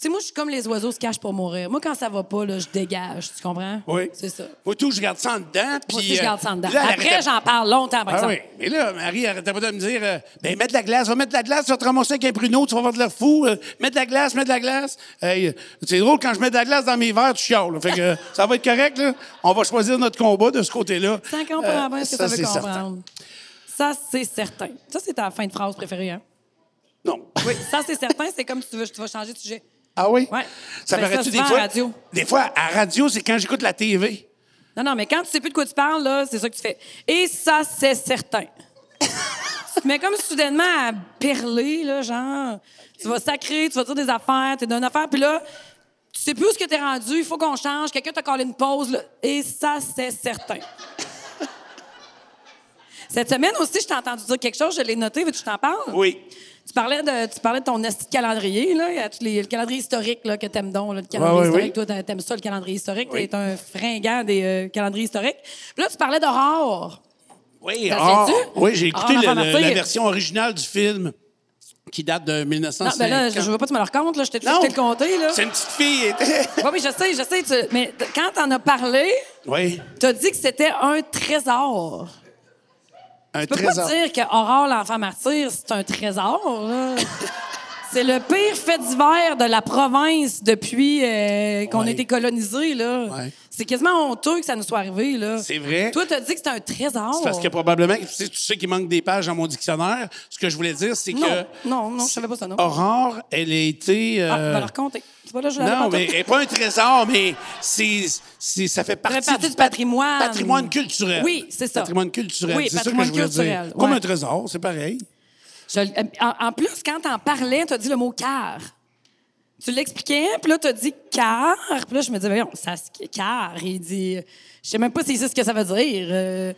Tu sais, moi, je suis comme les oiseaux se cachent pour mourir. Moi, quand ça va pas, là, je dégage, tu comprends?
Oui.
C'est ça.
Moi, tout, je garde ça en dedans. Puis,
Moi aussi, je
euh,
garde ça en dedans.
là, elle
Après,
arrêtait-
j'en parle longtemps, par
Ah oui.
exemple.
Mais là, Marie, arrêtait pas de me dire euh, ben, mets de la glace, va mettre de la glace, tu vas te ramasser avec un pruneau, tu vas avoir de l'air fou. euh, mets de la glace, mets de la glace. Hey, euh, c'est drôle, quand je mets de la glace dans mes verres, tu chiales. là. Fait que euh, ça va être correct, là. On va choisir notre combat de ce côté-là.
Ça comprend
Euh,
bien ce que ça veut
c'est certain.
comprendre. Ça, c'est certain. Ça, c'est ta fin de phrase préférée, hein?
Non.
Oui. Ça, c'est certain, c'est comme tu veux, tu vas changer de sujet.
Ah oui?
Ouais.
Ça
Tu fais
paraît-tu
ça
des
souvent à
fois?
radio.
Des fois, à radio, c'est quand j'écoute la TV.
Non, non, mais quand tu sais plus de quoi tu parles, là, c'est ça que tu fais. Et ça, c'est certain. [laughs] mais comme soudainement à perler, là, genre, tu vas sacrer, tu vas dire des affaires, t'es dans une affaire, puis là, tu sais plus où ce que t'es rendu, il faut qu'on change, quelqu'un t'a collé une pause, là. Et ça, c'est certain. [laughs] Cette semaine aussi, je t'ai entendu dire quelque chose, je l'ai noté, veux-tu que je t'en parle?
Oui.
Tu parlais de, tu parlais de ton esti de calendrier, là, il y a tous les- le calendrier historique là, que t'aimes donc. là, le calendrier
Ouais, ouais,
historique,
oui.
toi, t'aimes ça, le calendrier historique.
Oui.
T'es un fringant des euh, calendriers historiques. Puis là, tu parlais d'aurore.
Oui,
T'as
ah,
fait-tu?
oui j'ai écouté
Ah, on
le-
en va
le-
partir.
la version originale du film qui date de
Non,
1950.
ben là, je, je veux pas que tu me le racontes, là. Je t'ai je t'ai le compté, là.
C'est une petite fille. elle
[laughs]
était-
Oui, oui, je sais, je sais. tu- Mais t- quand t'en as parlé,
oui,
t'as dit que c'était un trésor.
un
Tu peux
trésor.
pas dire que Aurore, l'enfant martyr, c'est un
[laughs]
trésor, là. C'est le pire fait divers de la province depuis euh, qu'on
Ouais.
a été colonisé, là.
Ouais.
C'est quasiment honteux que ça nous soit arrivé, là.
C'est vrai.
Toi, t'as dit que c'était un trésor.
C'est parce que probablement, tu sais, tu sais qu'il manque des pages dans mon dictionnaire. Ce que je voulais dire, c'est
Non,
que.
non, non, je savais pas ça, non.
Aurore, elle a été. euh,
Ah, va le raconter. Tu vois, là, je l'avais
non,
pas
mais
tout.
elle n'est pas un trésor, mais c'est, c'est- ça fait
Ça fait
partie,
partie du patrimoine.
patrimoine culturel.
Oui, c'est ça.
Patrimoine culturel.
Oui,
c'est ça que
patrimoine
je voulais
culturel,
dire. Comme
ouais.
un trésor, c'est pareil.
Je l- euh, en, en plus, quand t'en parlais, t'as dit le mot car. Tu l'expliquais, puis là, t'as dit car. Puis là, je me disais, voyons, ça se car. Il dit, je sais même pas si c'est ce que ça veut dire. Euh,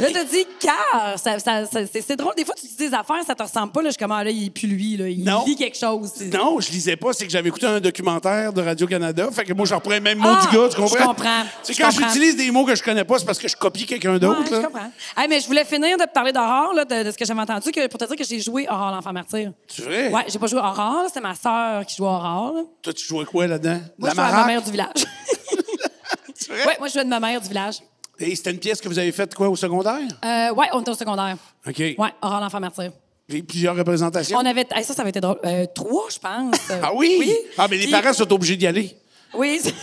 là, t'as dit car. Ça- ça- ça- c'est, c'est drôle. Des fois, tu dis des affaires, ça te ressemble pas. Là, je suis comme, ah, là, il est plus lui. Là, il
Non.
lit quelque chose. C'est-
Non, je lisais pas, c'est que j'avais écouté un documentaire de Radio-Canada. Fait que moi, je reprends le même mot
Ah,
du gars,
je
tu comprends?
comprends,
C'est
je
quand
comprends.
j'utilise des mots que je connais pas, c'est parce que je copie quelqu'un
Ouais,
d'autre.
je
là.
comprends. Hey, mais je voulais finir de te parler d'Aurore, là, de, de ce que j'avais entendu, que, pour te dire que j'ai joué Aurore, l'enfant martyr.
C'est vrai?
Ouais, j'ai pas joué Aurore, c'est ma sœur qui joue Aurore. là.
Toi, tu jouais quoi là-dedans? la
Moi, je jouais à ma
maraque?
mère du village.
[laughs] C'est vrai?
ouais, moi, je jouais de ma mère du village.
Et c'était une pièce que vous avez faite quoi au secondaire?
Euh, ouais, on était au secondaire.
OK.
Ouais, Aurore l'enfant martyr.
Et plusieurs représentations.
On avait. hey, ça, ça avait été drôle. Euh, trois, je pense.
[laughs] Ah oui?
Oui.
Ah, mais les
Puis- [laughs]
parents sont obligés d'y aller.
hein, Oui. c'est-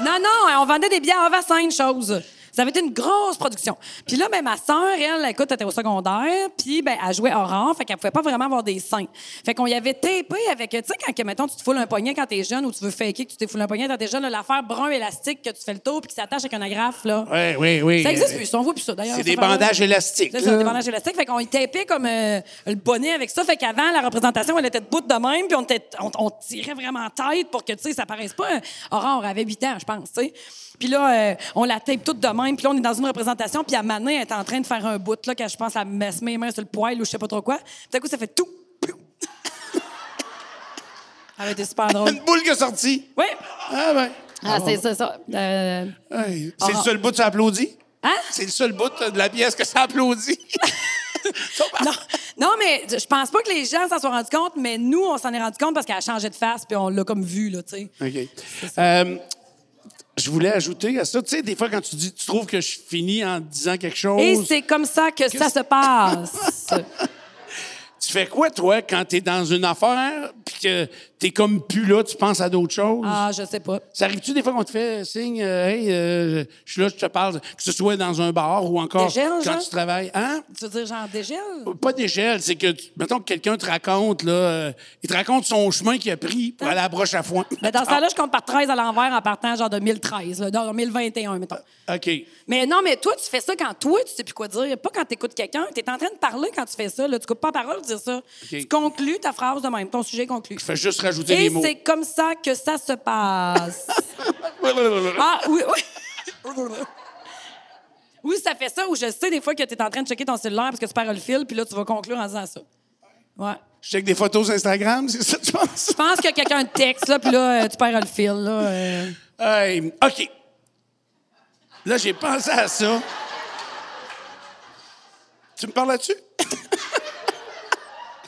non, non, on vendait des bières avant cinq choses. Ça avait été une grosse production. Puis là, ben, ma sœur, elle, écoute, elle était au secondaire, puis ben, elle jouait orange, fait qu'elle pouvait pas vraiment avoir des seins. Fait qu'on y avait tapé avec, tu sais, quand, que, mettons, tu te foules un poignet quand t'es jeune ou tu veux faker que tu t'es foulé un poignet quand t'es jeune, là, l'affaire brun élastique que tu fais le tour puis qui s'attache avec un agrafe, là.
Oui, oui, oui.
Ça existe plus, on voit plus ça d'ailleurs.
euh, C'est
cette
des
affaire-là.
bandages élastiques,
C'est
là.
ça, des bandages élastiques. Fait qu'on y tapait comme euh, le bonnet avec ça. Fait qu'avant, la représentation, elle était debout de même, puis on, était- on, on tirait vraiment tête pour que, tu sais, ça paraisse pas. euh, Aurore, on avait 8 ans, je pense, tu sais. Puis là, euh, on la tape toute de même, puis là, on est dans une représentation, puis à Mané, elle est en train de faire un bout, là, quand je pense, elle met- se met les mains sur le poil ou je sais pas trop quoi. Puis tout à coup, ça fait tout. Piou. [laughs] elle avait été super drôle.
[laughs] Une boule qui est sortie.
Oui!
Ah, ben.
Ah, c'est ça, ça. Euh,
Hey, C'est le
Ah.
seul bout que ça applaudit?
Hein?
C'est le seul bout de la pièce que ça
[laughs]
applaudit.
non, non, mais je pense pas que les gens s'en soient rendus compte, mais nous, on s'en est rendu compte parce qu'elle a changé de face, puis on l'a comme vu, là, tu sais.
OK. Euh, je voulais ajouter à ça. Tu sais, des fois, quand tu dis, tu trouves que je finis en disant quelque
Et
chose,
c'est comme ça que ça se passe.
tu fais quoi, toi, quand t'es dans une affaire, puis que t'es comme plus là, tu penses à d'autres choses?
ah, je sais pas.
Ça arrive-tu des fois qu'on te fait signe, euh, hey, euh, je suis là, je te parle, que ce soit dans un bar ou encore
Dégel,
quand
genre?
tu travailles, hein?
Tu veux dire genre dégel?
Pas d'échelle, c'est que, tu- mettons que quelqu'un te raconte, là, euh, il te raconte son chemin qu'il a pris pour aller à la broche à foin.
Hein? Mais dans ce temps-là, je compte par 13 à l'envers en partant genre de 1013, là, dans 1021, mettons.
Ah, OK.
Mais non, mais toi, tu fais ça quand toi, tu sais plus quoi dire. Pas quand t'écoutes quelqu'un. T'es en train de parler quand tu fais ça. Là. Tu coupes pas la parole, dire ça. Tu conclus ta phrase de même. Ton sujet conclut.
Fais juste rajouter les
Et
mots.
c'est comme ça que ça se passe. Ah, oui, oui. [laughs] Oui, ça fait ça, ou je sais des fois que tu es en train de checker ton cellulaire parce que tu perds le fil, puis là, tu vas conclure en disant ça. Ouais.
[laughs] Je check des photos sur Instagram, c'est ça que tu penses?
Je pense que quelqu'un te texte, là, puis là, euh, tu perds le fil, là. euh.
Hey, OK. Là, j'ai pensé à ça. Tu me parles là-dessus?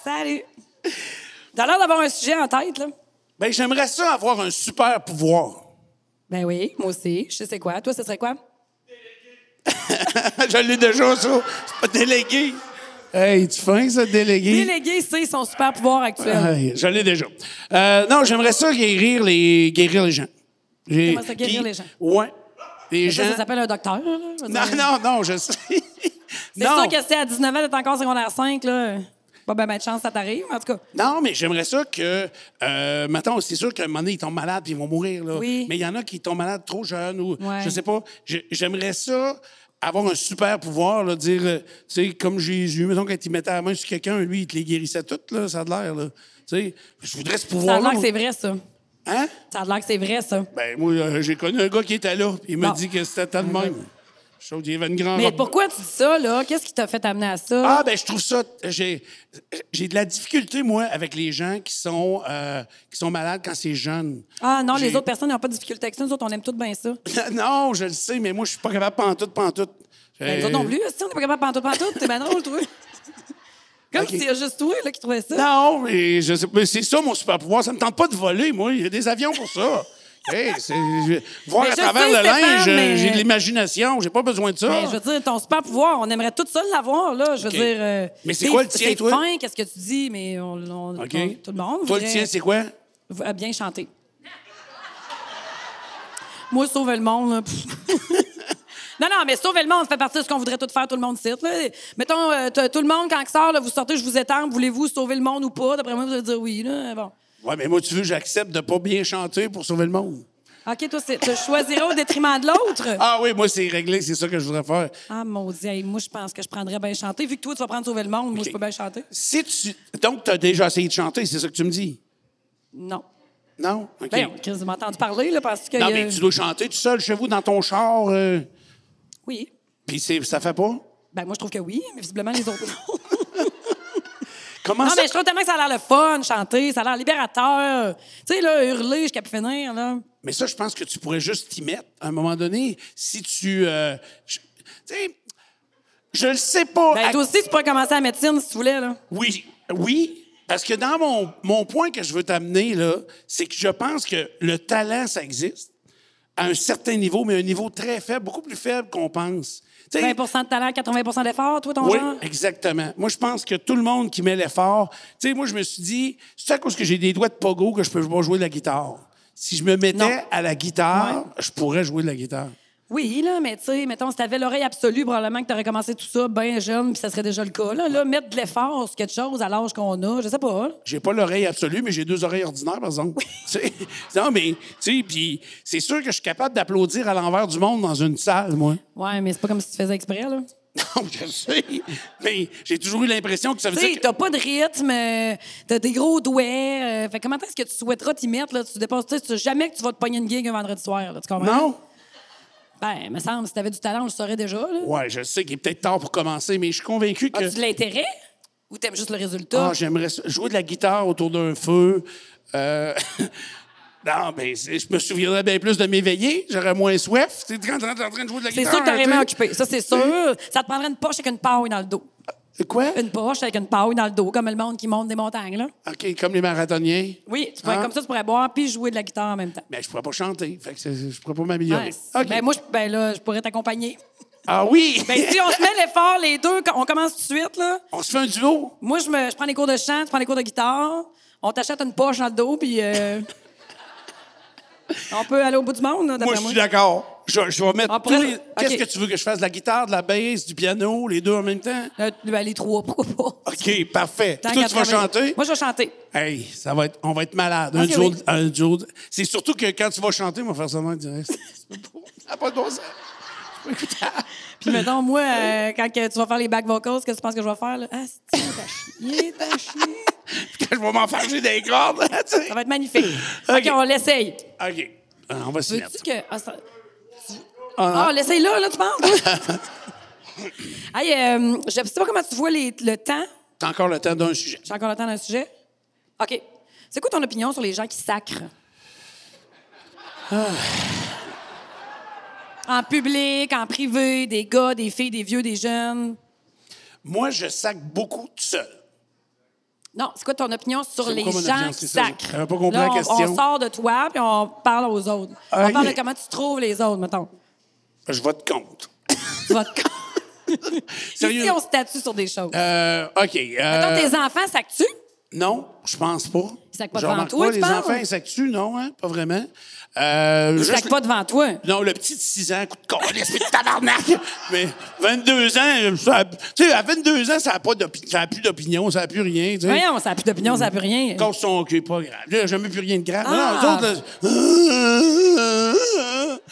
Salut. T'as l'air d'avoir un sujet en tête, là.
Ben, j'aimerais ça avoir un super pouvoir.
Ben oui, moi aussi. Je sais c'est quoi. Toi, ce serait quoi?
[laughs] Je l'ai déjà, ça. C'est pas délégué. Hey, tu fin, ça, délégué?
Déléguer, c'est son super pouvoir actuel.
Hey, je l'ai déjà. Euh, non, j'aimerais ça guérir les, guérir les gens. J'ai-
T'aimerais ça guérir
Puis-
les gens?
Ouais. Les
Ça,
gens.
ça s'appelle un docteur, là. je veux
Non,
dire.
non, non, je sais.
C'est sûr que c'est à 19 ans, t'es encore secondaire 5, là. Pas ben, ben de chance, ça t'arrive, en tout cas.
Non, mais j'aimerais ça que. Euh, mettons, c'est sûr qu'à un moment donné, ils tombent malades puis ils vont mourir. Là.
Oui.
Mais il y en a qui tombent malades trop jeunes ou.
Ouais.
Je sais pas. J'ai- J'aimerais ça avoir un super pouvoir, là, dire. euh, Tu sais, comme Jésus, mettons, quand il mettait la main sur quelqu'un, lui, il te les guérissait toutes, là, ça a de l'air. là. Tu sais, je voudrais ce
Ça a
pouvoir-là.
l'air que c'est
moi.
vrai, ça.
Hein?
Ça a l'air que c'est vrai, ça.
Ben, moi, euh, j'ai connu un gars qui était là, puis il m'a
Bon.
dit que c'était tant de même. Je trouve qu'il y avait une grande.
Mais
robe-
pourquoi tu dis ça, là? Qu'est-ce qui t'a fait amener à ça?
Ah, ben je trouve ça. J'ai j'ai de la difficulté, moi, avec les gens qui sont, euh, qui sont malades quand c'est jeune.
Ah non, les
J'ai-
autres personnes n'ont pas de difficulté avec ça. Nous autres, on aime tout bien ça.
[laughs] non, je le sais, mais moi, je suis pas capable pantoute, pantoute.
Ben, Nous
Euh,
autres non plus. Si on n'est pas capable de pantoute, pantoute, t'es bien
[laughs]
drôle, toi. Comme si c'était juste toi là, qui trouvais ça.
Non, mais je sais pas, c'est ça mon super pouvoir. Ça me tente pas de voler, moi. Il y a des avions pour
[laughs]
ça. Hey, c'est- je- voir
Mais
à
Ben, je
travers
sais,
le
Stéphane,
linge, euh,
mais-
j'ai de l'imagination. J'ai pas besoin de ça.
Ben, je veux dire, ton super pouvoir, on aimerait tout ça l'avoir, là. Je veux
OK.
dire. euh,
Mais c'est
t'es-
quoi le tien,
t'es
toi?
fin, qu'est-ce que tu dis, mais on, on-
OK?
on- tout le monde.
Toi, le
voudrait-
tien, c'est quoi?
v- euh, bien chanter. Moi, sauver le monde, là. pff. [laughs] Non, non, mais sauver le monde, ça fait partie de ce qu'on voudrait tout faire, tout le monde cite. Là. Mettons, euh, t- tout le monde, quand il sort, là, vous sortez, je vous étends, voulez-vous sauver le monde ou pas? D'après moi, vous allez dire oui. Là. Bon.
Ouais, mais moi, tu veux, j'accepte de pas bien chanter pour sauver le monde.
OK, toi, c'est- tu choisiras au détriment de l'autre?
Ah oui, moi, c'est réglé, c'est ça que je voudrais faire.
Ah, mon Dieu, moi, je pense que je prendrais bien chanter. Vu que toi, tu vas prendre sauver le monde, moi, je peux bien chanter.
Si tu... Donc, tu as déjà essayé de chanter, c'est ça que tu me dis?
Non.
Non? OK.
Ben, Chris, vous m'entendez parler, là, parce que.
non,
euh,
mais tu dois chanter tout seul chez vous, dans ton char, euh,
Oui.
puis c'est- ça fait pas?
Ben, moi, je trouve que oui, mais visiblement, les autres, non.
Comment
Non,
ça?
mais je trouve tellement que ça a l'air le fun, chanter, ça a l'air libérateur. Tu sais, là, hurler jusqu'à plus finir, là.
Mais ça, je pense que tu pourrais juste t'y mettre à un moment donné. Si tu... euh, je- tu sais, je le sais pas.
Ben,
à-
toi aussi, tu pourrais commencer la médecine si tu voulais, là.
Oui, oui. Parce que dans mon, mon point que je veux t'amener, là, c'est que je pense que le talent, ça existe à un certain niveau, mais un niveau très faible, beaucoup plus faible qu'on pense. Tu sais,
20 de talent, 80 d'effort, toi, ton
Oui,
genre.
exactement. Moi, je pense que tout le monde qui met l'effort. Tu sais, moi, je me suis dit, c'est à cause que j'ai des doigts de pogo que je peux pas jouer de la guitare. Si je me mettais
Non.
à la guitare, je pourrais jouer de la guitare.
Oui, là, mais tu sais, mettons, si t'avais l'oreille absolue, probablement que t'aurais commencé tout ça bien jeune, puis ça serait déjà le cas. Là, là mettre de l'effort sur quelque chose à l'âge qu'on a, je sais pas. là.
J'ai pas l'oreille absolue, mais j'ai deux oreilles ordinaires, par exemple. [laughs] Tu sais, non, mais, tu sais, puis c'est sûr que je suis capable d'applaudir à l'envers du monde dans une salle, moi. [laughs]
Ouais, mais c'est pas comme si tu faisais exprès, là.
Non, je sais, mais j'ai toujours eu l'impression que ça veut
Tu sais,
dire que...
t'as pas de rythme, euh, t'as des gros doigts. euh, fait comment est-ce que tu souhaiteras t'y mettre, là? Tu dépenses, tu sais, tu- jamais que tu vas te pogner une gig un vendredi soir, là, tu comprends?
Non?
Ben, me semble, si t'avais du talent, on le saurait déjà, là.
Ouais, je sais qu'il est peut-être tard pour commencer, mais je suis convaincu que...
As-tu de l'intérêt? Ou t'aimes juste le résultat?
Ah, j'aimerais ça. jouer de la guitare autour d'un feu. Euh, [laughs] non, mais c'est- je me souviendrais bien plus de m'éveiller. J'aurais moins soif. Tu sais, quand t'es en train de jouer de la
c'est
guitare...
sûr que t'aurais
tu
aimé
sais.
occupé. Ça, c'est sûr. Ça te prendrait une poche avec une paille dans le dos.
Quoi?
Une poche avec une paille dans le dos, comme le monde qui monte des montagnes, là.
OK, comme les marathoniens.
Oui, tu pourrais,
Ah.
comme ça, tu pourrais boire puis jouer de la guitare en même temps.
Mais je pourrais pas chanter. Fait que c'est- je pourrais pas m'améliorer.
Ouais.
OK.
Ben, moi, je, ben là, je pourrais t'accompagner.
Ah oui!
Ben, si on se met l'effort, les deux, quand on commence tout de suite, là.
[laughs] On se fait un duo.
Moi, je, me, je prends des cours de chant, tu prends des cours de guitare, on t'achète une poche dans le dos, puis euh, [laughs] on peut aller au bout du monde, là,
Moi,
d'après
je
moi.
suis d'accord. Je, je vais mettre
On
tous
pourrait-
les...
OK.
Qu'est-ce que tu veux que je fasse? De la guitare, de la basse, du piano, les deux en même temps?
Euh, ben, les trois, pourquoi pas?
OK, parfait.
Tant
Puis Toi,
qu'à
tu vas
travailler.
chanter?
Moi, je vais chanter.
Hey, ça va être, on va être malade. Un
Ok,
duo,
oui.
de- un duo. de- C'est surtout que quand tu vas chanter, on va faire seulement direct.
[laughs]
C'est pas bon. Ça n'a pas de bon sens. C'est pas écoutable.
Puis, mettons, moi, euh, quand que tu vas faire les back vocals, qu'est-ce que tu penses que je vais faire? Là? Ah, c'est t'as chier, t'as chier.
Puis quand je vais m'enfarger des cordes, [laughs] tu sais.
Ça va être magnifique.
OK.
OK, on l'essaye.
OK. Euh, On va s'y mettre.
Veux-tu que. Ah, ça- tu- Ah, l'essaye là, là, tu penses? [laughs] hey, euh, je sais pas comment tu vois les- le temps.
T'as encore le temps d'un sujet.
J'ai encore le temps d'un sujet? OK. C'est quoi ton opinion sur les gens qui sacrent? En public, en privé, des gars, des filles, des vieux, des jeunes.
Moi, je sac beaucoup tout seul.
Non, c'est quoi ton opinion sur
C'est
les
quoi mon
gens
opinion?
qui
C'est ça,
sacrent?
j'avais pas compris
Là,
la
on,
question.
on sort de toi, puis on parle aux autres.
Ah,
On parle de
il-
comment tu trouves les autres, mettons.
Je vote contre.
Votre...
[laughs] Sérieux?
Ici, on statue sur des choses.
Euh, OK. euh,
Mettons, tes enfants sacent-tu?
Non, je pense pas.
Ils sacent pas
Je
devant
remarque
toi,
pas,
tu
les
parles?
enfants, ils sacent-tu? Non, hein? Pas vraiment. Euh,
Ils
juste-
sacent pas devant toi.
Non, le petit de 6 ans, coup de con, l'esprit de tabarnak! Mais 22 ans, euh, ça- tu sais, à 22 ans, ça n'a pas d'opi- ça a plus d'opinion, ça n'a plus rien, tu sais.
Voyons, ça n'a plus d'opinion, ça n'a plus rien.
Quand son cul, pas grave. Là, jamais plus rien de grave.
Ah.
Non, les autres, là,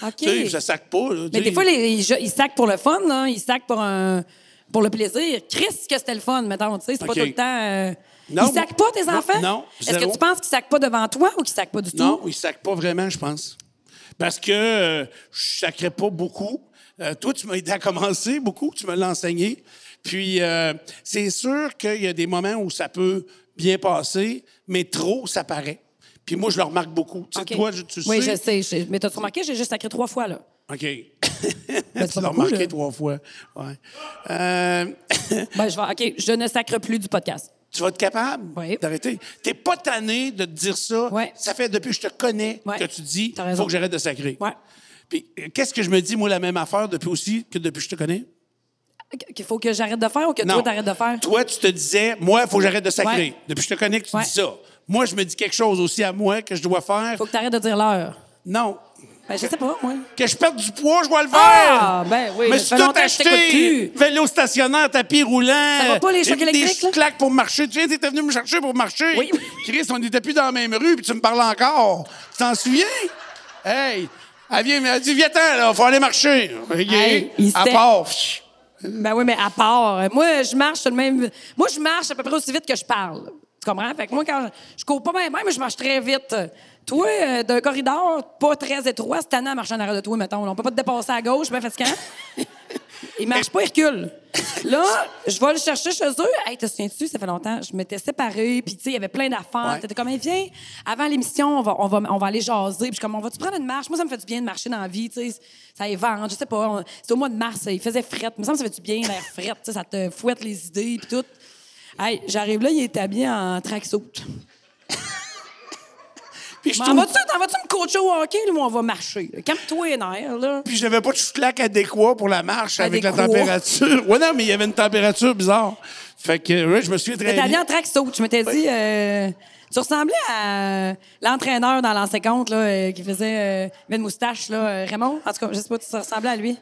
OK.
tu sais, ça sac pas, là, tu
Mais
sais.
des fois, les, ils, ils sacent pour le fun, là. ils sacent pour, un, pour le plaisir. Chris, que c'était le fun, mettons, tu sais, c'est
OK.
pas tout le temps... euh,
Non,
ils sacent pas, tes
non,
enfants?
non,
Est-ce que
zéro.
tu penses qu'ils sacent pas devant toi ou qu'ils sacent pas du tout?
Non, ils sacent pas vraiment, je pense. Parce que euh, je sacrais pas beaucoup. Euh, toi, tu m'as aidé à commencer beaucoup, tu me l'as enseigné. Puis, euh, c'est sûr qu'il y a des moments où ça peut bien passer, mais trop, ça paraît. Puis moi, je le remarque beaucoup. Tu sais,
OK.
toi, je- tu
Oui,
sais.
je sais. je- Mais t'as-tu remarqué, j'ai juste sacré trois fois, là. [laughs]
OK.
Ben,
tu
c'est pas
l'as
beaucoup,
remarqué
là.
trois fois. Ouais. Euh, [laughs]
Ben, je vais, OK, je ne sacre plus du podcast.
tu vas être capable
Oui.
d'arrêter. T'es pas tanné de te dire ça.
Ouais.
Ça fait depuis que je te connais
Ouais.
que tu dis
T'as raison.
faut que j'arrête de sacrer.
Ouais.
Puis euh, qu'est-ce que je me dis, moi, la même affaire depuis aussi que depuis que je te connais?
Qu'il faut que j'arrête de faire ou que toi, t'arrêtes de faire?
Toi, tu te disais, moi, il faut que j'arrête de sacrer.
Ouais.
Depuis que je te connais, que tu
Ouais.
dis ça. Moi, je me dis quelque chose aussi à moi que je dois faire.
Faut que t'arrêtes de dire l'heure.
Non.
Ben, je sais pas, moi.
Que je perde du poids, je vais le faire.
Ah, ben oui,
Mais
ça
si
fait
tout
longtemps que je
acheté,
t'écoute
vélo stationnaire, tapis roulant.
Ça va pas, les
j'ai
chocs
mis
électriques,
Des
là?
claques pour marcher. Tu viens, t'étais venu me chercher pour marcher.
Oui.
Chris, on n'était plus dans la même rue, puis tu me parles encore. Tu t'en souviens? Hey, elle vient, elle dit, viens-t'en, là, faut aller marcher. OK?
Hey, il
à
s'était-
part.
Ben oui, mais à part. euh, Moi, je marche sur le même. Moi, je marche à peu près aussi vite que je parle. Tu comprends? Fait que moi, quand je cours pas bien, bien, mais je marche très vite. Toi, euh, d'un corridor pas très étroit, cette année, à marcher en arrière de toi, mettons. là. On peut pas te dépasser à gauche, ben fatiguant. Il marche pas, il recule. Là, je vais le chercher chez eux. Hey, te souviens-tu, ça fait longtemps, je m'étais séparée, puis tu sais, il y avait plein d'affaires.
Ouais.
T'étais comme, hey, viens, avant l'émission, on va, on, va, on va aller jaser. Puis je suis comme, on va-tu prendre une marche? Moi, ça me fait du bien de marcher dans la vie, tu sais. Ça évente, je sais pas. on- C'était au mois de mars, il faisait frette. Il me semble que ça fait du bien, l'air frette, tu sais, ça te fouette les idées, puis tout. Hey, j'arrive là, il est habillé en tracksuit.
Puis je
M'en
trouve-
vas-tu, t'en vas-tu me coacher au hockey, là, ou on va marcher? là? Calme-toi, les nerfs, là.
Puis j'avais pas de chou-clac adéquat pour la marche avec la
Adéquat.
température. Ouais, non, mais il y avait une température bizarre. Fait que, ouais, je me suis très
T'es allé
bien.
en tracksuit. Je m'étais dit, euh, tu ressemblais à euh, l'entraîneur dans l'ancien compte là, euh, qui faisait euh, avait une moustache, là, euh, Raymond. En tout cas, je sais pas, tu te ressemblais à lui.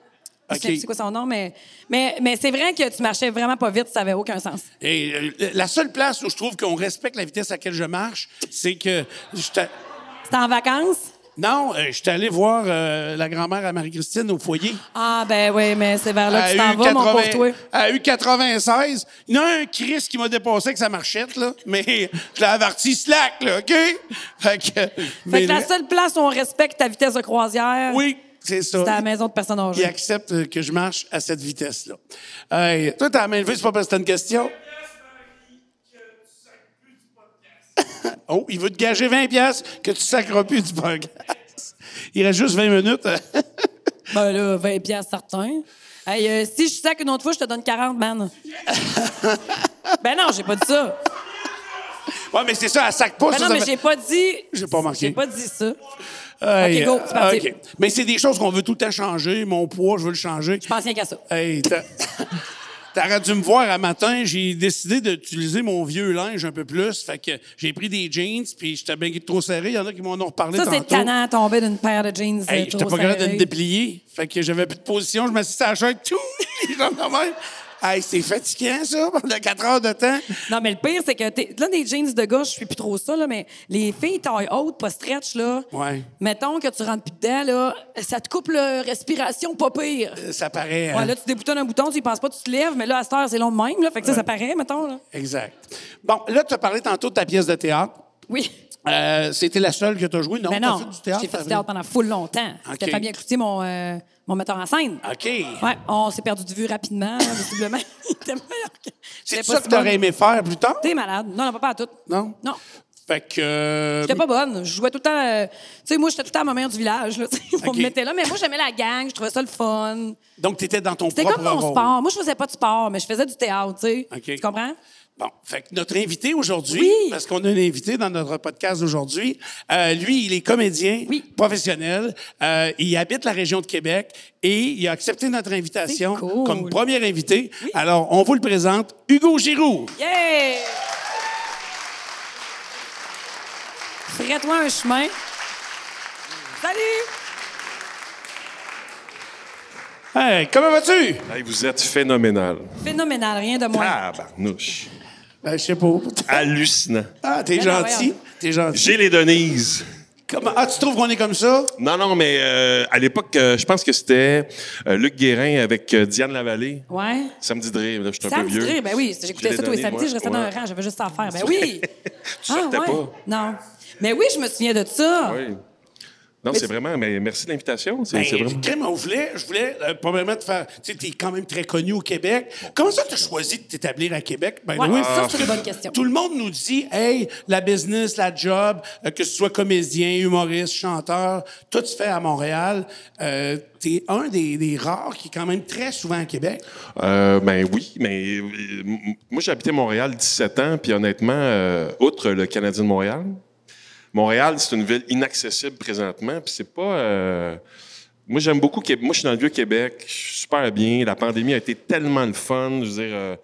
Je sais
OK.
plus c'est quoi son nom, mais, mais, mais c'est vrai que tu marchais vraiment pas vite, ça avait aucun sens.
Et euh, la seule place où je trouve qu'on respecte la vitesse à laquelle je marche, c'est que j'étais.
C'était en vacances?
Non, euh, j'étais allé voir euh, la grand-mère à Marie-Christine au foyer.
Ah, ben oui, mais c'est vers là que tu
À
t'en vas, mon pauvre toi.
à U96. Il y en a un Chris qui m'a dépassé avec sa marchette, là. Mais je l'ai averti slack, là, OK? Fait que.
Fait
mais
que la
le-
seule place où on respecte ta vitesse de croisière,
Oui, c'est ça.
c'est à la maison de personnes
Il
âgées.
accepte euh, que je marche à cette vitesse-là. Hey, toi, t'as la main levée, c'est pas parce que t'as une [laughs] question? oh, il veut te gager 20 piastres que tu sacreras plus du podcast. Il reste juste 20 [laughs] minutes.
Ben là, 20 piastres certain. Hey, euh, si je sac une autre fois, je te donne
[laughs]
40, man. ben non, j'ai pas dit ça.
ouais, mais c'est ça, elle sac pas.
Ben
Ah, ça,
non,
ça
mais
fait-
j'ai pas dit.
J'ai pas marqué.
J'ai pas dit ça.
Hey,
Ok, go, c'est parti.
ok. Mais c'est des choses qu'on veut tout le temps changer. Mon poids, je veux le changer.
Je pense rien qu'à ça.
Hey, t'a- t'aurais dû me voir à matin. J'ai décidé d'utiliser mon vieux linge un peu plus. Fait que j'ai pris des jeans, puis j'étais bien trop serré. Il y en a qui m'en ont reparlé
Ça,
tantôt.
c'est tannant, tomber d'une paire de jeans. euh,
Hey, j'étais
trop
pas capable de me
serrés.
déplier. Fait que j'avais plus de position. Je m'assistais à la chaise, tout, [laughs] les jambes de même. Hey, c'est fatigant, ça, pendant quatre heures de temps.
Non, mais le pire, c'est que t'es- là, des jeans de gauche, je suis plus trop ça, là, mais les filles taille haute, pas stretch, là.
Ouais.
Mettons que tu rentres plus dedans, là, ça te coupe la respiration, pas pire.
Ça paraît. hein?
Ouais, là, tu déboutonnes un bouton, tu y penses pas, tu te lèves, mais là, à cette heure, c'est long de même, là. Fait que ça, ça paraît, mettons, là.
euh, Exact. Bon, là, tu as parlé tantôt de ta pièce de théâtre.
Oui.
Euh, C'était la seule que tu as jouée, non?
Mais
Ah, T'as
Ben non,
fait du théâtre,
j'ai fait
t'as
du théâtre pendant full longtemps. C'était
OK.
Fabien Cloutier, mon, euh, mon metteur en scène.
OK.
Ouais, on s'est perdu de vue rapidement, là, visiblement. [laughs] Il était meilleur que...
C'est
J'étais
ça
si
que tu
bonne.
aurais aimé faire plus tard?
T'es malade. Non, non, pas, pas à tout.
Non?
Non.
Fait que. euh,
J'étais pas bonne. Je jouais tout le temps. euh, tu sais, moi, j'étais tout le temps ma mère du village. là, tu sais. On
OK.
me mettait là, mais moi, j'aimais la gang. Je trouvais ça le fun.
Donc, tu étais dans ton
C'était
propre
comme mon
rôle.
sport. Moi, je faisais pas de sport, mais je faisais du théâtre, tu sais.
OK.
Tu comprends?
Bon, fait que notre invité aujourd'hui,
Oui.
parce qu'on a un invité dans notre podcast aujourd'hui, euh, lui, il est comédien
Oui.
professionnel, euh, il habite la région de Québec et il a accepté notre invitation
C'est cool.
comme premier invité. Alors, on vous le présente, Hugo Giroux.
Yeah! Ferais-toi un chemin. Salut!
Hey, comment vas-tu?
Hey, vous êtes phénoménal.
Phénoménal, rien de moins.
Tabarnouche.
Ben, je sais pas.
Hallucinant.
Ah, t'es
Ben,
gentil.
voyons.
T'es gentil.
J'ai les Denise.
Comment- Ah, tu trouves qu'on est comme ça?
Non, non, mais euh, à l'époque, euh, je pense que c'était euh, Luc Guérin avec euh, Diane Lavallée.
Ah!
Ouais.
Samedi Dré, là, je suis un
Ça
peu
me
vieux.
dirait, ben oui, j'écoutais
J'ai
ça tous
les données,
les samedis,
moi.
je restais dans
Ouais.
un rang, j'avais juste à faire.
[laughs]
Ben oui! Ah,
Tu sortais pas.
Non. Mais oui, je me souviens de ça.
Oui. Non, c'est vraiment, mais merci de l'invitation. C'est c'est
Ben,
vraiment.
crime, on voulait, je voulais, euh, probablement, te faire. Tu sais, t'es quand même très connu au Québec. Comment ça, t'as choisi de t'établir à Québec? Ben,
Ouais,
oui.
ça, c'est une bonne question.
Tout le monde nous dit, hey, la business, la job, euh, que ce soit comédien, humoriste, chanteur, tout se fait à Montréal. Euh, t'es un des, des rares qui est quand même très souvent à Québec.
Euh, ben oui, mais euh, m- m- moi j'habitais Montréal 17 ans, puis honnêtement, euh, outre le Canadien de Montréal, Montréal c'est une ville inaccessible présentement, puis c'est pas. euh, moi j'aime beaucoup Québec. Moi je suis dans le vieux Québec, je suis super bien. La pandémie a été tellement le fun, je veux dire. euh,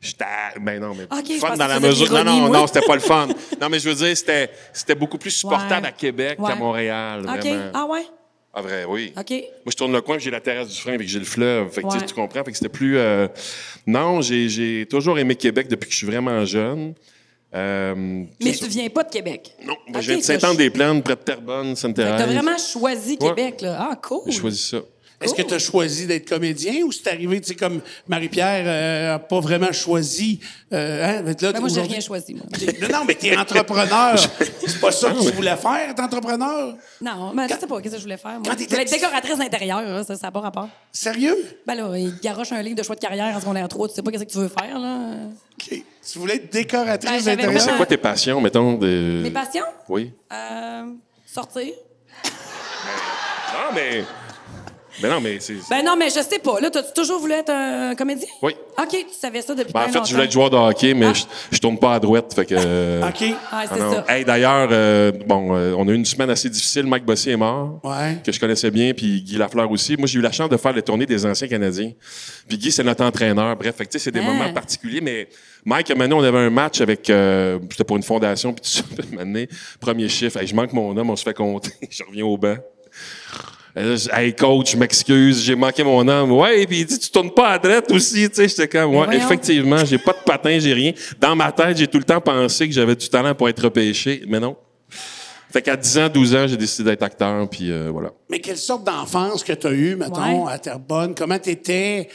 J'étais. Ben non, mais.
Ok, je
fun
pensais
dans
que
la
c'était
mesure. Non,
l'ironie,
non,
moi.
non, c'était pas le
[laughs]
fun. Non, mais je veux dire, c'était c'était beaucoup plus supportable
Ouais.
à Québec
Ouais.
qu'à Montréal.
OK.
Vraiment.
Ah ouais?
Ah vrai, oui.
OK.
Moi, je tourne le coin, puis j'ai la terrasse du frein, puis j'ai le fleuve. Fait que, tu sais,
Ouais.
tu comprends? Fait que c'était plus... euh, Non, j'ai, j'ai toujours aimé Québec depuis que je suis vraiment jeune. Euh,
Mais
c'est
tu
sûr-
viens pas de Québec.
Non, moi,
Ok,
je viens de
t'as
Saint-Anne-des-Plaines, près de Terrebonne,
Fait que
Sainte-Thérèse.
T'as vraiment Ah choisi
Ouais.
Québec, là. Ah, cool.
J'ai choisi ça.
Est-ce que tu as choisi d'être comédien ou c'est arrivé, tu sais, comme Marie-Pierre euh, a pas vraiment choisi? euh, hein, mais là,
Ben, moi, j'ai
aujourd'hui-
rien choisi, Ah moi.
Non, non, mais t'es
[laughs]
entrepreneur. C'est pas ça que tu
mais-
voulais faire, être entrepreneur?
Non, mais je sais pas, qu'est-ce que je voulais faire, moi?
Quand
Je
t'étais
voulais être
petit-
décoratrice d'intérieur, là, ça n'a pas rapport.
Sérieux?
Ben là, il garoche un livre de choix de carrière en secondaire 3, tu sais pas qu'est-ce que tu veux faire, là.
Euh,
OK. Tu voulais être décoratrice
Ben, j'avais
Mais c'est
d'intérieur?
quoi tes passions, mettons? De...
Mes passions?
Oui.
Euh, sortir.
Non, mais... Ben non, mais c'est.
Ben non, mais je sais pas. Là, t'as-tu toujours voulu être un comédien?
Oui.
OK, tu savais ça depuis
Ben, en
bien
fait, je voulais être
longtemps.
joueur de hockey,
Ah.
mais je, je tourne pas à droite. Fait que.
OK.
Ouais,
Ah
c'est
non.
ça.
Hey, d'ailleurs, euh, bon, euh, on a eu une semaine assez difficile. Mike Bossy est mort,
Ouais.
que je connaissais bien, puis Guy Lafleur aussi. Moi, j'ai eu la chance de faire les tournées des anciens Canadiens. Puis Guy, c'est notre entraîneur. Bref, fait que, tu sais, c'est des
Ah.
moments particuliers. Mais Mike, maintenant, on avait un match avec, euh, c'était pour une fondation, puis tout ça. [laughs] Puis, un moment donné, premier chiffre. Hey, je manque mon homme, on se fait compter. [laughs] je reviens au banc. Euh, je- Hey coach, je m'excuse, j'ai manqué mon homme. Ouais, puis il dit tu tournes pas à droite aussi, tu sais, j'étais comme ouais,
voyons.
effectivement, j'ai pas de patin, j'ai rien. Dans ma tête, j'ai tout le temps pensé que j'avais du talent pour être repêché, mais non. Fait qu'à 10 ans, 12 ans, j'ai décidé d'être acteur puis euh, voilà.
Mais quelle sorte d'enfance que tu as eue, mettons,
Ouais.
à Terrebonne? Comment tu étais?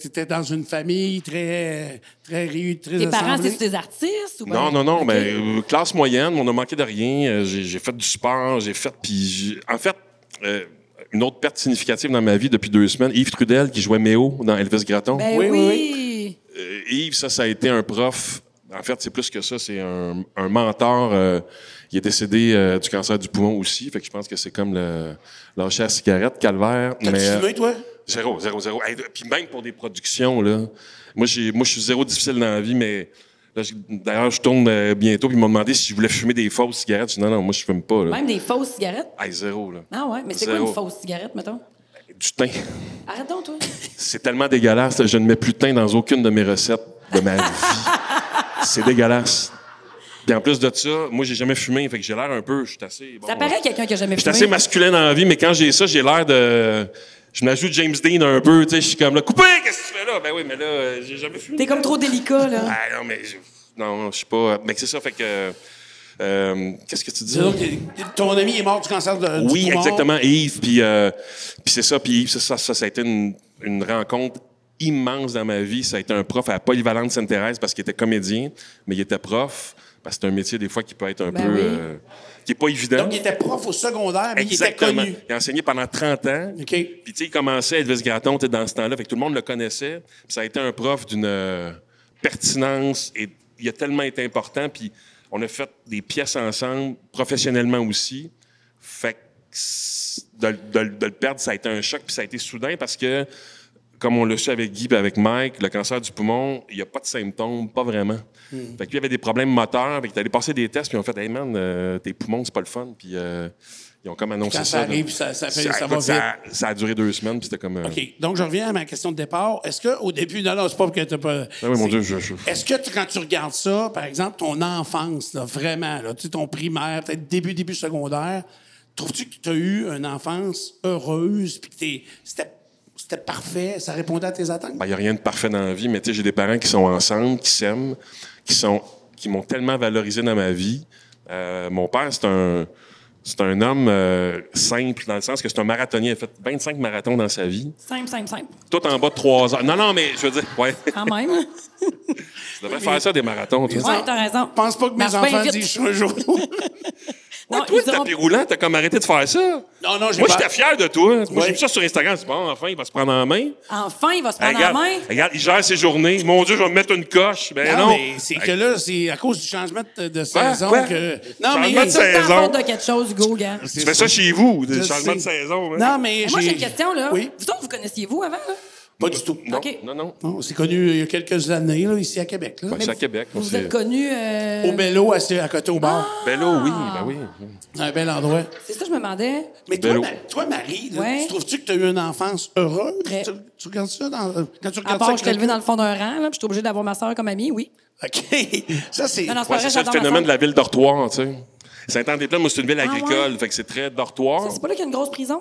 tu étais dans une famille très, très réunie, très
Tes parents,
assemblée?
c'est-tu des artistes? Ou
Non, non, non,
OK.
ben, euh, classe moyenne, on a manqué de rien. Euh, J'ai j'ai fait du sport, j'ai fait. Puis, j'ai- en fait, euh, une autre perte significative dans ma vie depuis deux semaines, Yves Trudel qui jouait Méo dans Elvis Gratton.
Ben
Oui,
oui.
oui,
Euh, Yves, ça, ça a été un prof. En fait, c'est plus que ça, c'est un, un mentor. euh, il est décédé euh, du cancer du poumon aussi, fait que je pense que c'est comme le lâcher la cigarette, calvaire.
T'as-tu
mais, euh,
fumé, toi?
Zéro, zéro, zéro. Hey, puis même pour des productions, là. Moi, j'ai, moi, je suis zéro difficile dans la vie, mais là, j'ai- d'ailleurs, je tourne euh, bientôt, puis ils m'ont demandé si je voulais fumer des fausses cigarettes. Je dis non, non, moi, je fume pas, là.
Même des fausses cigarettes?
Hey, zéro, là.
Ah ouais, mais c'est quoi une
Zéro.
fausse cigarette, mettons?
Du thym.
Arrête
[laughs]
donc, toi.
C'est tellement dégueulasse, là, je ne mets plus de thym dans aucune de mes recettes de ma vie. C'est dégueulasse. Puis en plus de ça, moi, j'ai jamais fumé, fait que j'ai l'air un peu, je suis assez. bon,
Ça paraît quelqu'un qui a jamais
Je suis
fumé.
assez masculin dans la vie, mais quand j'ai ça, j'ai l'air de. Je m'ajoute James Dean un peu, tu sais, je suis comme là, coupé, qu'est-ce que tu fais là? Ben oui, mais là, euh, j'ai jamais fumé.
T'es comme trop délicat, là.
Ah non, mais je, non, non, je suis pas. Mais c'est ça, fait que. euh, Qu'est-ce que tu dis?
Donc, ton ami est mort du cancer de du
Oui,
poumon.
exactement, Yves. Puis, euh, puis c'est ça, puis Yves, ça, ça, ça, ça a été une, une rencontre immense dans ma vie. Ça a été un prof à Polyvalente Sainte-Thérèse parce qu'il était comédien, mais il était prof parce que c'est un métier des fois qui peut être un
Ben
peu.
oui.
euh, qui est pas évident.
Donc, il était prof au secondaire, mais
Exactement.
il était connu.
Il a enseigné pendant 30 ans.
OK.
Puis, tu sais, il commençait Elvis Gratton, tu sais, dans ce temps-là. Fait que tout le monde le connaissait. Puis ça a été un prof d'une euh, pertinence et il a tellement été important. Puis, on a fait des pièces ensemble, professionnellement aussi. Fait que c'est- de, le- de le- de le perdre, ça a été un choc. Puis, ça a été soudain parce que, comme on le su avec Guy et avec Mike, le cancer du poumon, il n'y a pas de symptômes, pas vraiment.
Hmm.
Fait que lui, il avait des problèmes moteurs. Fait qu'il est allé passer des tests. Puis, on fait, hey man, euh, tes poumons, c'est pas le fun. Puis, euh, ils ont comme annoncé
Quand ça
là.
arrive, ça- ça fait- ça va
écoute, Ah, ça a duré deux semaines, puis c'était comme. euh,
OK. Donc, je reviens à ma question de départ. Est-ce qu'au début, non, non, c'est pas que t'as pas.
Ah oui, mon
c'est- Eh.
Dieu, je. je-
Est-ce que tu- quand tu regardes ça, par exemple, ton enfance, là, vraiment, là, tu sais, ton primaire, peut-être début, début secondaire, trouves-tu que tu as eu une enfance heureuse, puis que t'es- c'était c'était parfait, ça répondait à tes attentes?
Ben, y a rien de parfait dans la vie, mais tu sais, j'ai des parents qui sont ensemble, qui s'aiment, qui sont, qui m'ont tellement valorisé dans ma vie. Euh, mon père, c'est un, c'est un homme euh, simple dans le sens que c'est un marathonnier. Il a fait 25 marathons dans sa vie,
Simple, simple, simple.
tout en bas de 3 heures. Non, non, mais je veux dire,
[laughs]
ouais,
Quand
[laughs]
même. [laughs] ouais,
tu devrais faire ça des marathons. Toi.
t'as raison.
Je pense pas que mes
Marche bien
enfants
vite.
disent ça un jour.
Non,
Toi,
ils
le
diront-
tapis roulant, t'as comme arrêté de faire ça.
Non, non, j'ai
Moi,
pas-
j'étais fier de toi. Moi, j'ai
Ouais.
vu ça sur Instagram. C'est bon, enfin, il va se prendre en main.
Enfin, il va se prendre
regarde,
en main.
regarde, il gère ses journées. Mon Dieu, je vais me mettre une coche. [laughs] Ben non.
non, mais c'est que là, c'est à cause du changement de, de saison
quoi?
que.
Changement
Non, mais.
de
C'est tout le temps
saison.
faute de quelque chose, go, gars.
Tu fais ça chez vous, des
Je
changements
sais.
de saison. hein.
Non, mais.
Mais Moi, j'ai une question, là.
Oui.
Vous autres, vous connaissiez-vous avant, là?
Pas du tout.
Non,
OK.
non, non.
Non, c'est connu il y a quelques années, là, ici à Québec. Là.
Ben, c'est à Québec. on
Vous vous
s'est-
êtes connus. euh,
Au Bello, à, à côté au bar.
Ah!
Bello, oui, ben oui.
Un bel endroit.
C'est ça, que je me demandais.
Mais toi,
Bello.
Ma- toi, Marie, là,
Ouais.
tu trouves-tu que tu as eu une enfance heureuse?
Très.
Tu, tu regardes ça dans, quand tu
À
regardes ça.
part, je t'ai levé dans le fond d'un rang, là, puis je suis obligée d'avoir ma soeur comme amie, oui.
[laughs] OK. Ça, c'est.
Non, non, c'est pas
Ouais,
vrai,
c'est ça le
j'adore ma
phénomène de
sœur.
la ville dortoir, tu sais. Saint-Anne-des-Plaines, moi, c'est une ville
ouais.
agricole, fait que c'est très dortoir.
Ça, C'est pas là qu'il y a une grosse prison?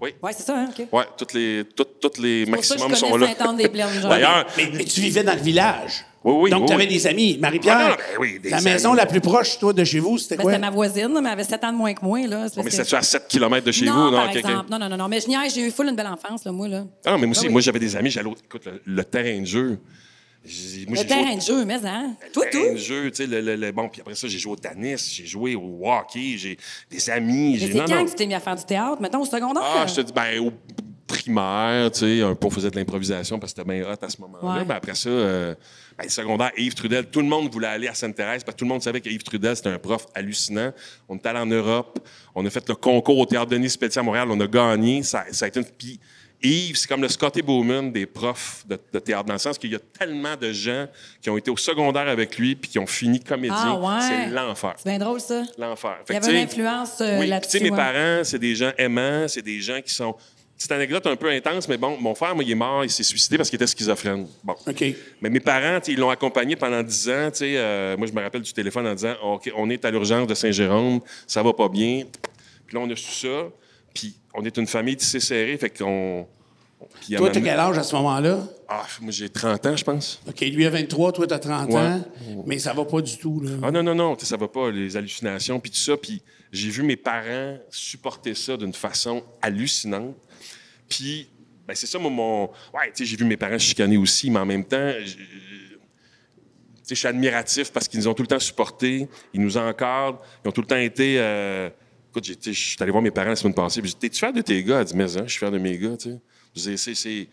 Oui.
Ouais, c'est ça, hein, OK.
Oh. Ouais, toutes les, toutes, toutes les
pour ça que je
maximums
connais
sont là.
Saint-Anne-des-Plaines, genre.
D'ailleurs,
Mais, mais tu vivais dans le village.
Oui, oui,
Donc,
oui,
tu avais
oui.
des amis.
Ah, non,
Marie-Pierre,
ben oui, des
la
amis.
maison la plus proche, toi, de chez vous, c'était
Ben,
quoi?
C'était ma voisine, là, mais elle avait 7 ans de moins que moi, là. c'est parce
Oh, mais
que-
c'est à 7 km de chez
non,
vous, non?
par
ok, ok.
exemple. Non, non, non, non, mais je niaise, j'ai eu full une belle enfance, là, moi, là.
Ah non, mais moi aussi,
Ah oui.
moi, j'avais des amis, j'allais au- Écoute, le, le terrain de jeu. J'ai- moi, j'ai Eh,
Le
joué au-
terrain de jeu, mais hein. Toi,
Ben, Le
tout.
terrain de jeu, tu sais, le, le- le- bon, puis après ça, j'ai joué au tennis, j'ai joué au hockey, j'ai des amis,
Mais
j'ai...
c'est
non,
quand
non.
que tu t'es mis à faire du théâtre, mettons, au secondaire?
Ah, je te dis, ben, au primaire, tu sais, un peu, on faisait de l'improvisation parce que c'était bien hot à ce moment-là.
Ouais.
Ben, après ça, euh, ben, le secondaire, Yves Trudel, tout le monde voulait aller à Sainte-Thérèse parce que tout le monde savait que Yves Trudel, c'était un prof hallucinant. On est allé en Europe, on a fait le concours au Théâtre Denis Pelletier à Montréal, on a gagné. Ça, ça a été une... Puis Yves, c'est comme le Scotty Bowman des profs de, de théâtre, dans le sens qu'il y a tellement de gens qui ont été au secondaire avec lui puis qui ont fini comédien.
Ah ouais.
C'est l'enfer.
C'est bien drôle, ça.
L'enfer.
Il y
Fait que,
avait une
tu sais,
influence euh,
oui, puis tu
là-dessus.
sais, mes
ouais.
parents, c'est des gens aimants, c'est des gens qui sont. Petite anecdote un peu intense, mais bon, mon frère, moi, il est mort, il s'est suicidé parce qu'il était schizophrène. Bon.
OK.
Mais mes parents, tu sais, ils l'ont accompagné pendant 10 ans. tu sais, euh, moi, je me rappelle du téléphone en disant OK, on est à l'urgence de Saint-Jérôme, ça va pas bien. Puis là, on a su ça. Puis on est une famille tissée serrée, fait qu'on. puis à
Toi,
ma-
t'as quel âge à ce moment-là?
Ah, moi, j'ai 30 ans, je pense.
OK, lui a 23, toi, t'as 30
Ouais.
ans. Mais ça va pas du tout, là.
Ah non, non, non, tu sais, ça va pas, les hallucinations, puis tout ça. Puis j'ai vu mes parents supporter ça d'une façon hallucinante. Puis, ben, c'est ça, mon... mon- ouais, tu sais, j'ai vu mes parents chicaner aussi, mais en même temps, j- tu sais, je suis admiratif parce qu'ils nous ont tout le temps supportés, ils nous encadrent, ils ont tout le temps été. euh, Écoute, j'ai- tu sais, je suis allé voir mes parents la semaine passée, puis j'ai dit T'es-tu fier de tes gars Elle dit Mais hein, je suis fier de mes gars, tu sais. Je disais C'est. c'est-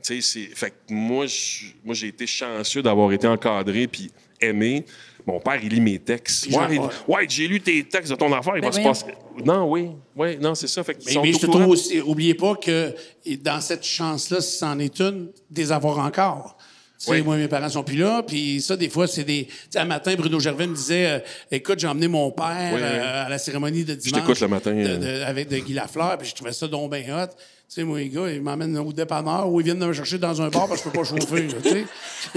Tu sais, c'est. Fait que moi, je- moi, j'ai été chanceux d'avoir été encadré puis aimé. Mon père, il lit mes textes.
Puis
Ouais,
genre,
il-
ouais.
ouais, j'ai lu tes textes de ton affaire, il
Ben
va se
voyons.
passer. Non, oui, oui, non, c'est ça. Fait qu'ils
Mais,
sont
mais
au
je te
courant.
trouve aussi, oubliez pas que et dans cette chance-là, si c'en est une, des avoir encore. Tu sais,
Oui.
moi, mes parents sont plus là, puis ça, des fois, c'est des... Tu sais, un matin, Bruno Gervais me disait, euh, écoute, j'ai emmené mon père
Oui, oui.
euh, à la cérémonie de dimanche.
t'écoute le matin,
de-
euh.
de- avec de Guy Lafleur, puis je trouvais ça donc bien hot. Tu sais, moi, les gars, ils m'emmènent au dépanneur ou ils viennent de me chercher dans un bar parce que je peux pas chauffer, là, tu sais.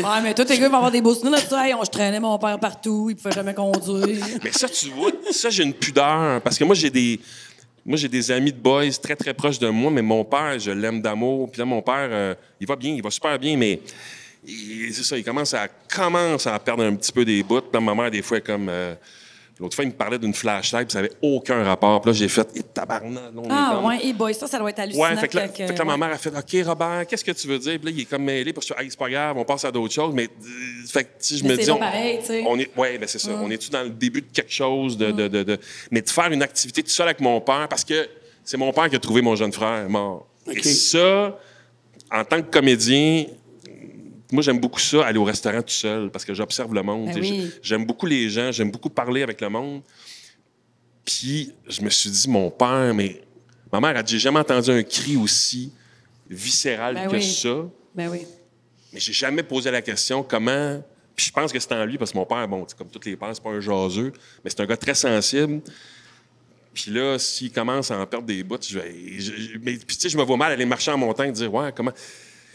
Ouais, mais toi, tes gars vont avoir des beaux souvenirs. là-dessus. Hey, on- je traînais mon père partout, il pouvait
[laughs]
jamais conduire.
Mais ça, tu vois, ça, j'ai une pudeur. Parce que moi, j'ai des. Moi, j'ai des amis de boys très, très proches de moi, mais mon père, je l'aime d'amour. Puis là, mon père, euh, il va bien, il va super bien, mais il- c'est ça, il commence à, commence à perdre un petit peu des bouts. Puis là, ma mère, des fois, est comme. euh, L'autre fois, il me parlait d'une flashlight, puis ça n'avait aucun rapport. Puis là, j'ai fait, eh, tabarnak, là, on est
Ah,
dans-
ouais, hey boy, ça, ça doit être hallucinant.
Ouais, fait que là,
que-
fait que là, ma mère a fait OK, Robert, qu'est-ce que tu veux dire? Puis là, il est comme mêlé parce que hey, c'est pas grave, on passe à d'autres choses. Mais euh, fait que, tu sais, je
Mais
me
c'est
dis.
pas
on-
pareil, tu sais. Mm.
on est, ouais, ben c'est ça. On est-tu dans le début de quelque chose, de, de, de, de- mais de faire une activité tout seul avec mon père, parce que c'est mon père qui a trouvé mon jeune frère mort. Et ça, en tant que comédien, moi, j'aime beaucoup ça, aller au restaurant tout seul, parce que j'observe le monde.
Ben
tu sais,
oui.
j'- J'aime beaucoup les gens, j'aime beaucoup parler avec le monde. Puis, je me suis dit, mon père, mais ma mère, elle dit, j'ai jamais entendu un cri aussi viscéral
Ben
que
oui.
ça.
Ben oui.
Mais j'ai jamais posé la question comment. Puis je pense que c'est en lui, parce que mon père, bon, c'est comme tous les pères, c'est pas un jaseux, mais c'est un gars très sensible. Puis là, s'il commence à en perdre des bouts, je vais. je- je- mais, puis tu sais, je me vois mal aller marcher en montagne et dire, ouais, comment.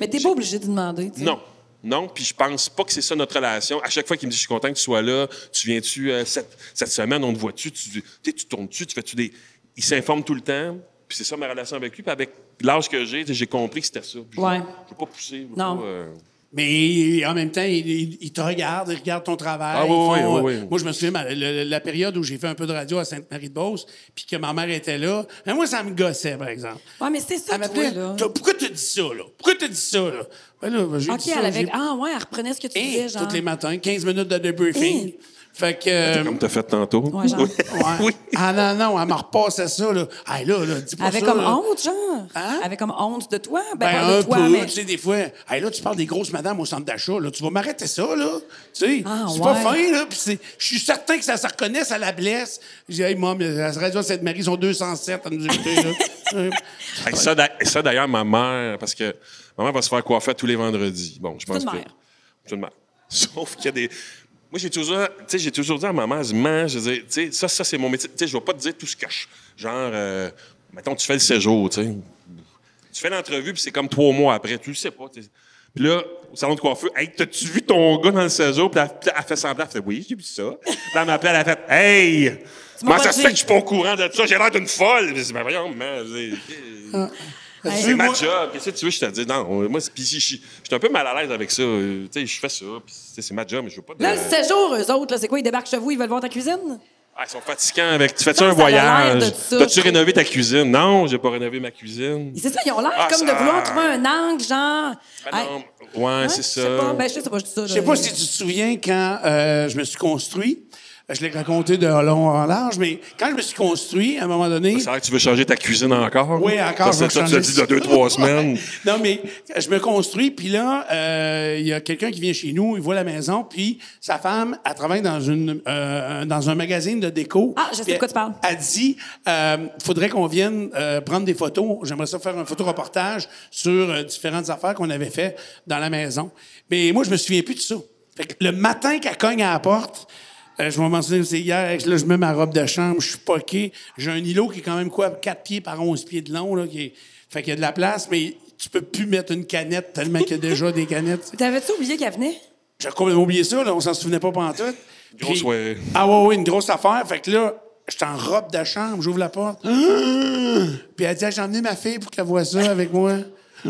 Mais t'es pas obligé de demander, tu sais.
Non. Non, puis je pense pas que c'est ça notre relation. À chaque fois qu'il me dit, je suis content que tu sois là, tu viens-tu euh, cette, cette semaine, on te voit-tu, tu, tu sais, tu tournes-tu, tu fais-tu des. Il s'informe tout le temps, puis c'est ça ma relation avec lui. Puis avec l'âge que j'ai, tu sais, j'ai compris que c'était ça. Puis je-
Ouais.
Je veux pas pousser. je veux
Non.
pas, euh,
Mais en même temps, ils il, il te regardent, ils regardent ton travail.
Ah oui,
ils
oui,
euh,
oui, oui.
Moi, je me souviens, ma- le- la période où j'ai fait un peu de radio à Sainte-Marie-de-Beauce, puis que ma mère était là, mais moi, ça me gossait, par exemple.
Ouais, mais c'est ça,
Elle
tu vois,
m'appelait,
là.
Ah, T'as- pourquoi tu dis ça, là? Pourquoi tu dis ça, là? Ben là, ben, j'ai
OK,
dit ça,
elle
j'ai-
avait... Ah, ouais, elle reprenait ce que tu
Hein,
disais, genre.
tous les matins, 15 minutes de debriefing.
Hein.
Fait que... euh,
Comme t'as fait tantôt. [laughs]
Ouais, genre.
ouais. Ah non, non, elle me repassait ça, là. Ah là, là, dis pas
Elle avait
ça,
comme
là.
honte, genre.
Hein?
Elle avait comme honte de toi.
Ben,
Ben, pas de
un
toi,
peu,
mais...
tu sais, des fois. Hey, là, tu parles des grosses madames au centre d'achat, là. Tu vas m'arrêter ça, là. Tu sais,
Ah,
c'est pas
ouais.
fin, là. Puis c'est- je suis certain que ça se reconnaît, ça la blesse. J'ai dit, hey, mom, la radio Sainte-Marie, ils sont 207 à nous écouter,
[laughs]
là. Euh,
Hey, ça, d'a- et ça, d'ailleurs, ma mère, parce que ma mère va se faire coiffer tous les vendredis. Bon, je pense
une
que.
mère.
C'est une mère. [laughs] Sauf qu'il y a des. Moi, j'ai toujours, tu sais, j'ai toujours dit à ma mère, je mens, je dis, tu sais, ça, ça, c'est mon métier. Tu sais, je vais pas te dire tout ce que je. Genre, euh, mettons, tu fais le séjour, tu sais. Tu fais l'entrevue, puis c'est comme trois mois après, tu le sais pas. tu sais. Puis là, au salon de coiffeur, hey, t'as-tu vu ton gars dans le séjour? Puis elle, elle fait semblant, elle fait, oui, j'ai vu ça. Puis elle m'appelle, elle fait, hey! Comment
m'as
ça
pas
se
dit.
fait que je suis pas au courant de ça? J'ai l'air d'une folle! Puis je dis, ben voyons, man, je dis,
Ah, Hey,
c'est ma
moi-
job. Qu'est-ce que tu veux que je te dise? Non, moi, c'est- puis je je- je suis un peu mal à l'aise avec ça. Euh, Tu sais, je fais ça. puis tu sais, C'est ma job, mais je veux pas. de-
Là, le séjour, eux autres, là, c'est quoi? Ils débarquent chez vous, ils veulent voir ta cuisine?
Ah, ils sont fatigants avec. Tu fais-tu
Ça,
un
ça a l'air de
voyage?
ça, je
T'as-tu
trouve.
rénové ta cuisine? Non, j'ai pas rénové ma cuisine.
C'est ça, ils ont l'air
Ah,
comme
ça-
de vouloir trouver un angle, genre...
Ah, non. Ouais, c'est
Hein? Je sais pas,
ça.
ben, je sais pas, je dis ça.
Je sais pas si tu te souviens quand euh, je me suis construit. Je l'ai raconté de long en large, mais quand je me suis construit, à un moment donné.
C'est vrai que tu veux changer ta cuisine encore?
Oui, encore,
Parce que
je veux
ça, tu l'as dit
changer.
il y a deux, trois
[laughs]
semaines.
[laughs] Non, mais je me construis, puis là, euh, il y a quelqu'un qui vient chez nous, il voit la maison, puis sa femme, elle travaille dans, une, euh, dans un magazine de déco.
Ah, je sais de
Puis
quoi tu parles.
Elle dit, euh, faudrait qu'on vienne euh, prendre des photos. J'aimerais ça faire un photoreportage sur euh, différentes affaires qu'on avait fait dans la maison. Mais moi, je me souviens plus de ça. Fait que le matin qu'elle cogne à la porte, euh, je me mentionne, c'est hier, là, je mets ma robe de chambre, je suis poqué. J'ai un îlot qui est quand même quoi, 4 pieds par 11 pieds de long, là, qui est- fait qu'il y a de la place, mais tu peux plus mettre une canette tellement qu'il y a déjà des canettes.
T'avais-tu oublié qu'elle venait?
J'ai complètement oublié ça, là, on s'en souvenait pas pantoute.
Grosse,
Puis-
ouais.
Ah ouais, ouais, une grosse affaire. Fait que là, j'étais en robe de chambre, j'ouvre la porte. [gasps] Puis elle dit, Ah, j'ai emmené ma fille pour qu'elle voie ça avec moi. [gasps]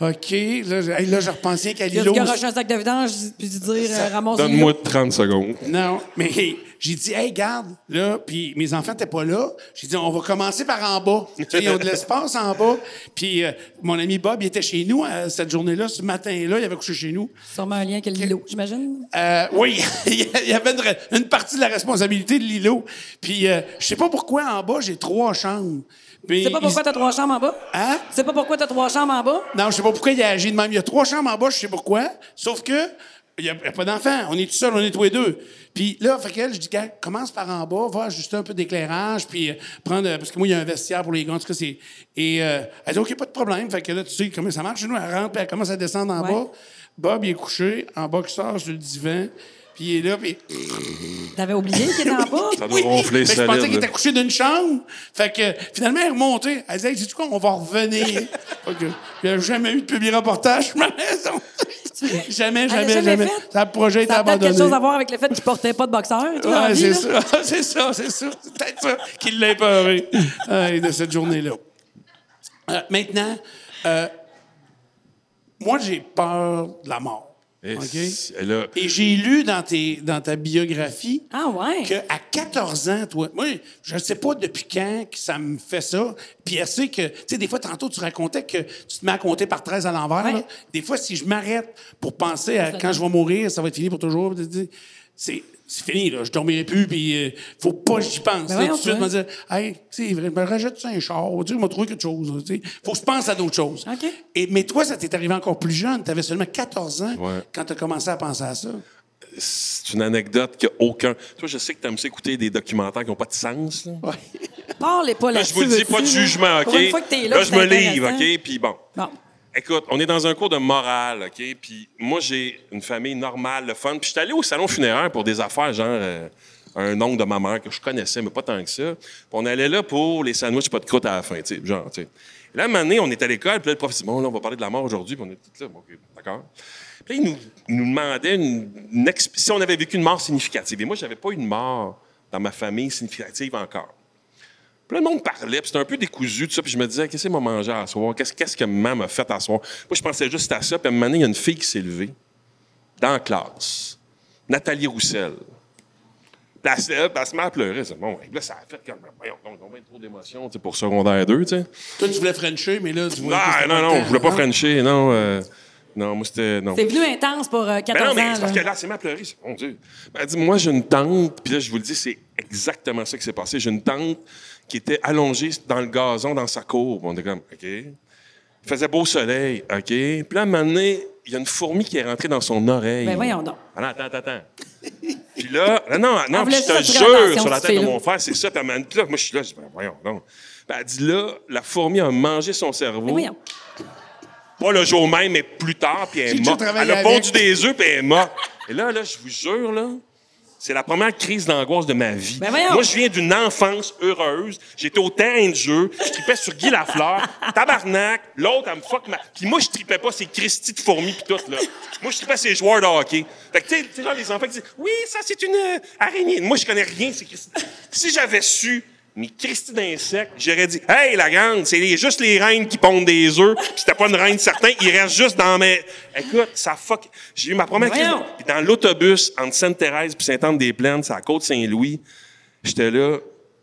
OK. Là, je, hey, là, je repensais qu'à
Il a
l'îlot.
garoché un sac de vidange, puis de dire euh, ramasse
Donne-moi 30 secondes.
Non, mais [laughs] j'ai dit, hey, garde, là, puis mes enfants n'étaient pas là. J'ai dit, on va commencer par en bas. Tu sais, ils ont de l'espace en bas. Puis euh, mon ami Bob, il était chez nous euh, cette journée-là, ce matin-là, il avait couché chez nous.
Sûrement un lien avec l'îlot, j'imagine.
Euh, oui, [laughs] il y avait une, re- une partie de la responsabilité de l'îlot. Puis euh, je sais pas pourquoi en bas, j'ai trois chambres. Puis
Tu sais pas pourquoi
ils-
t'as trois chambres en bas?
Hein?
Tu sais pas pourquoi t'as trois chambres en bas?
Non, je sais pas pourquoi il a agi de même. Il y a trois chambres en bas, je sais pas pourquoi. Sauf que, il y a, il y a pas d'enfant. On est tout seul, on est tous les deux. Puis là, fait qu'elle, je dis, gars, commence par en bas, va ajuster un peu d'éclairage, puis euh, prendre. euh, Parce que moi, il y a un vestiaire pour les gars, en tout cas, c'est. Et euh, elle dit, OK, pas de problème. Fait que là, tu sais comment ça marche. Chez Nous, elle rentre, puis elle commence à descendre en
Ouais.
bas. Bob, il est couché, en bas qui sort sur le divan. Puis il est là, puis.
T'avais oublié qu'il était en bas?
Ça doit ronfler,
Mais je pensais qu'il
solide.
était couché d'une chambre. Fait que finalement, elle est remontée. Elle disait, dis-tu quoi, on
[laughs]
va revenir. fait que, il n'y a jamais eu de public reportage sur ma maison. jamais,
Elle
[laughs]
l'a
jamais,
jamais
jamais.
fait?
Ça, le projet était
Ça a peut-être
abandonné.
quelque chose à voir avec le fait qu'il portait pas de boxeur. toi, dans la
Ouais,
vie,
c'est
là.
ça, [laughs] c'est ça, c'est ça. C'est peut-être ça qui l'a épeuré euh, de cette journée-là. Euh, maintenant, euh, moi, j'ai peur de la mort.
Et
OK?
c'est- et là,
Et j'ai lu dans, tes, dans ta biographie
Ah ouais?
que à 14 ans, toi, moi, je ne sais pas depuis quand que ça me fait ça. Puis elle sait que, tu sais, des fois, tantôt, tu racontais que tu te mets à compter par 13 à l'envers.
Ouais.
là. Des fois, si je m'arrête pour penser à quand je vais mourir, ça va être fini pour toujours, tu sais, c'est c'est fini, là. Je dormirai plus, puis euh, faut pas que j'y pense.
Ben
là,
voyons,
tout de suite,
toi.
me dire, hey, c'est vrai, je me rajoute ça un char, tu sais, je vais trouver quelque chose, là, tu sais. Faut que je pense à d'autres choses.
OK.
Et, mais toi, ça t'est arrivé encore plus jeune. Tu avais seulement 14 ans
Ouais.
quand tu as commencé à penser à ça.
c'est une anecdote que aucun. Toi, je sais que t'aimes ça écouter des documentaires qui n'ont pas de sens. Là.
Parlez pas
Là,
là-dessus.
Ben, je vous le dis, pas de
veux-tu, là.
jugement, OK?
Pour une fois que t'es là,
je
c'est
me livre,
intéressant.
OK? Puis bon.
Bon.
Écoute, on est dans un cours de morale, OK? Puis moi, j'ai une famille normale, le fun. Puis je suis allé au salon funéraire pour des affaires, genre euh, un oncle de ma mère que je connaissais, mais pas tant que ça. Puis on allait là pour les sandwichs pas de croûte à la fin, tu sais, genre, tu sais. Et Là, à un moment donné, on est à l'école, puis là, le prof dit, bon, là, on va parler de la mort aujourd'hui, puis on est tous là, Bon, OK, d'accord. Puis là, il nous, il nous demandait une, une exp- si on avait vécu une mort significative. Et moi, j'avais pas eu une mort dans ma famille significative encore. Puis là, le monde parlait, puis c'était un peu décousu, tout ça. Puis je me disais, qu'est-ce qu'elle m'a mangé à soir? Qu'est-ce, qu'est-ce que maman m'a fait à soir? Moi, je pensais juste à ça. Puis à un moment donné, il y a une fille qui s'est levée dans la classe, Nathalie Roussel. Puis elle se lève, puis elle se met à pleurer. C'est bon, ouais. là, ça a fait comme, voyons, donc, on a bien trop d'émotions, tu sais, pour secondaire 2, tu sais.
Toi, tu voulais Frencher, mais là, tu vois. que
Ah,
c'était
non,
pas le
non,
temps,
je voulais pas
hein?
Frencher, non. euh, non, moi, c'était, non.
T'es venu intense pour euh,
Ben
14
non, mais
ans.
c'est parce que
là.
là, c'est ma pleurer. c'est- Mon Dieu. Ben, Elle dit, moi, j'ai une tante, puis là, je vous le dis, c'est exactement ça qui s'est passé. J'ai une tante qui était allongée dans le gazon, dans sa cour. On était comme, OK. Il faisait beau soleil, OK. Puis là, à un moment donné, il y a une fourmi qui est rentrée dans son oreille.
Ben voyons donc.
Ah non, attends, attends, attends. Puis là, non, non, non,
voulait
puis je te
juste attirer l'attention,
jure, sur la
cette
tête de
fille-là.
mon frère, c'est ça. Puis elle m'a dit, là, moi, je suis là, je dis, ben, voyons donc. Ben, elle dit, là, la fourmi a mangé son cerveau.
Ben voyons.
Pas le jour même, mais plus tard, puis elle
J'ai
est
déjà
morte.
travaillé
Elle a
avec.
pondu des œufs, puis elle est morte. Et là, là, je vous jure, là, c'est la première crise d'angoisse de ma vie.
Ben voyons.
Moi, je viens d'une enfance heureuse. J'étais au terrain de jeu. Je tripais sur Guy Lafleur. Tabarnak. L'autre, elle me fuck ma... Puis moi, je tripais pas ces Christy de fourmis puis tout, là. Moi, je tripais ces joueurs de hockey. Fait que, tu sais, tu sais, genre, les enfants qui disent « Oui, ça, c'est une euh, araignée. » Moi, je connais rien, ces Christy. Si j'avais su mes Christy d'insectes, j'aurais dit « Hey, la grande, c'est les- juste les reines qui pondent des œufs. Puis C'était pas une reine certain. Ils restent juste dans mes... » Écoute, ça fuck... J'ai eu ma première crise...
Voyons.
Puis dans l'autobus entre Sainte-Thérèse puis Sainte-Anne-des-Plaines, c'est à Côte-Saint-Louis, j'étais là,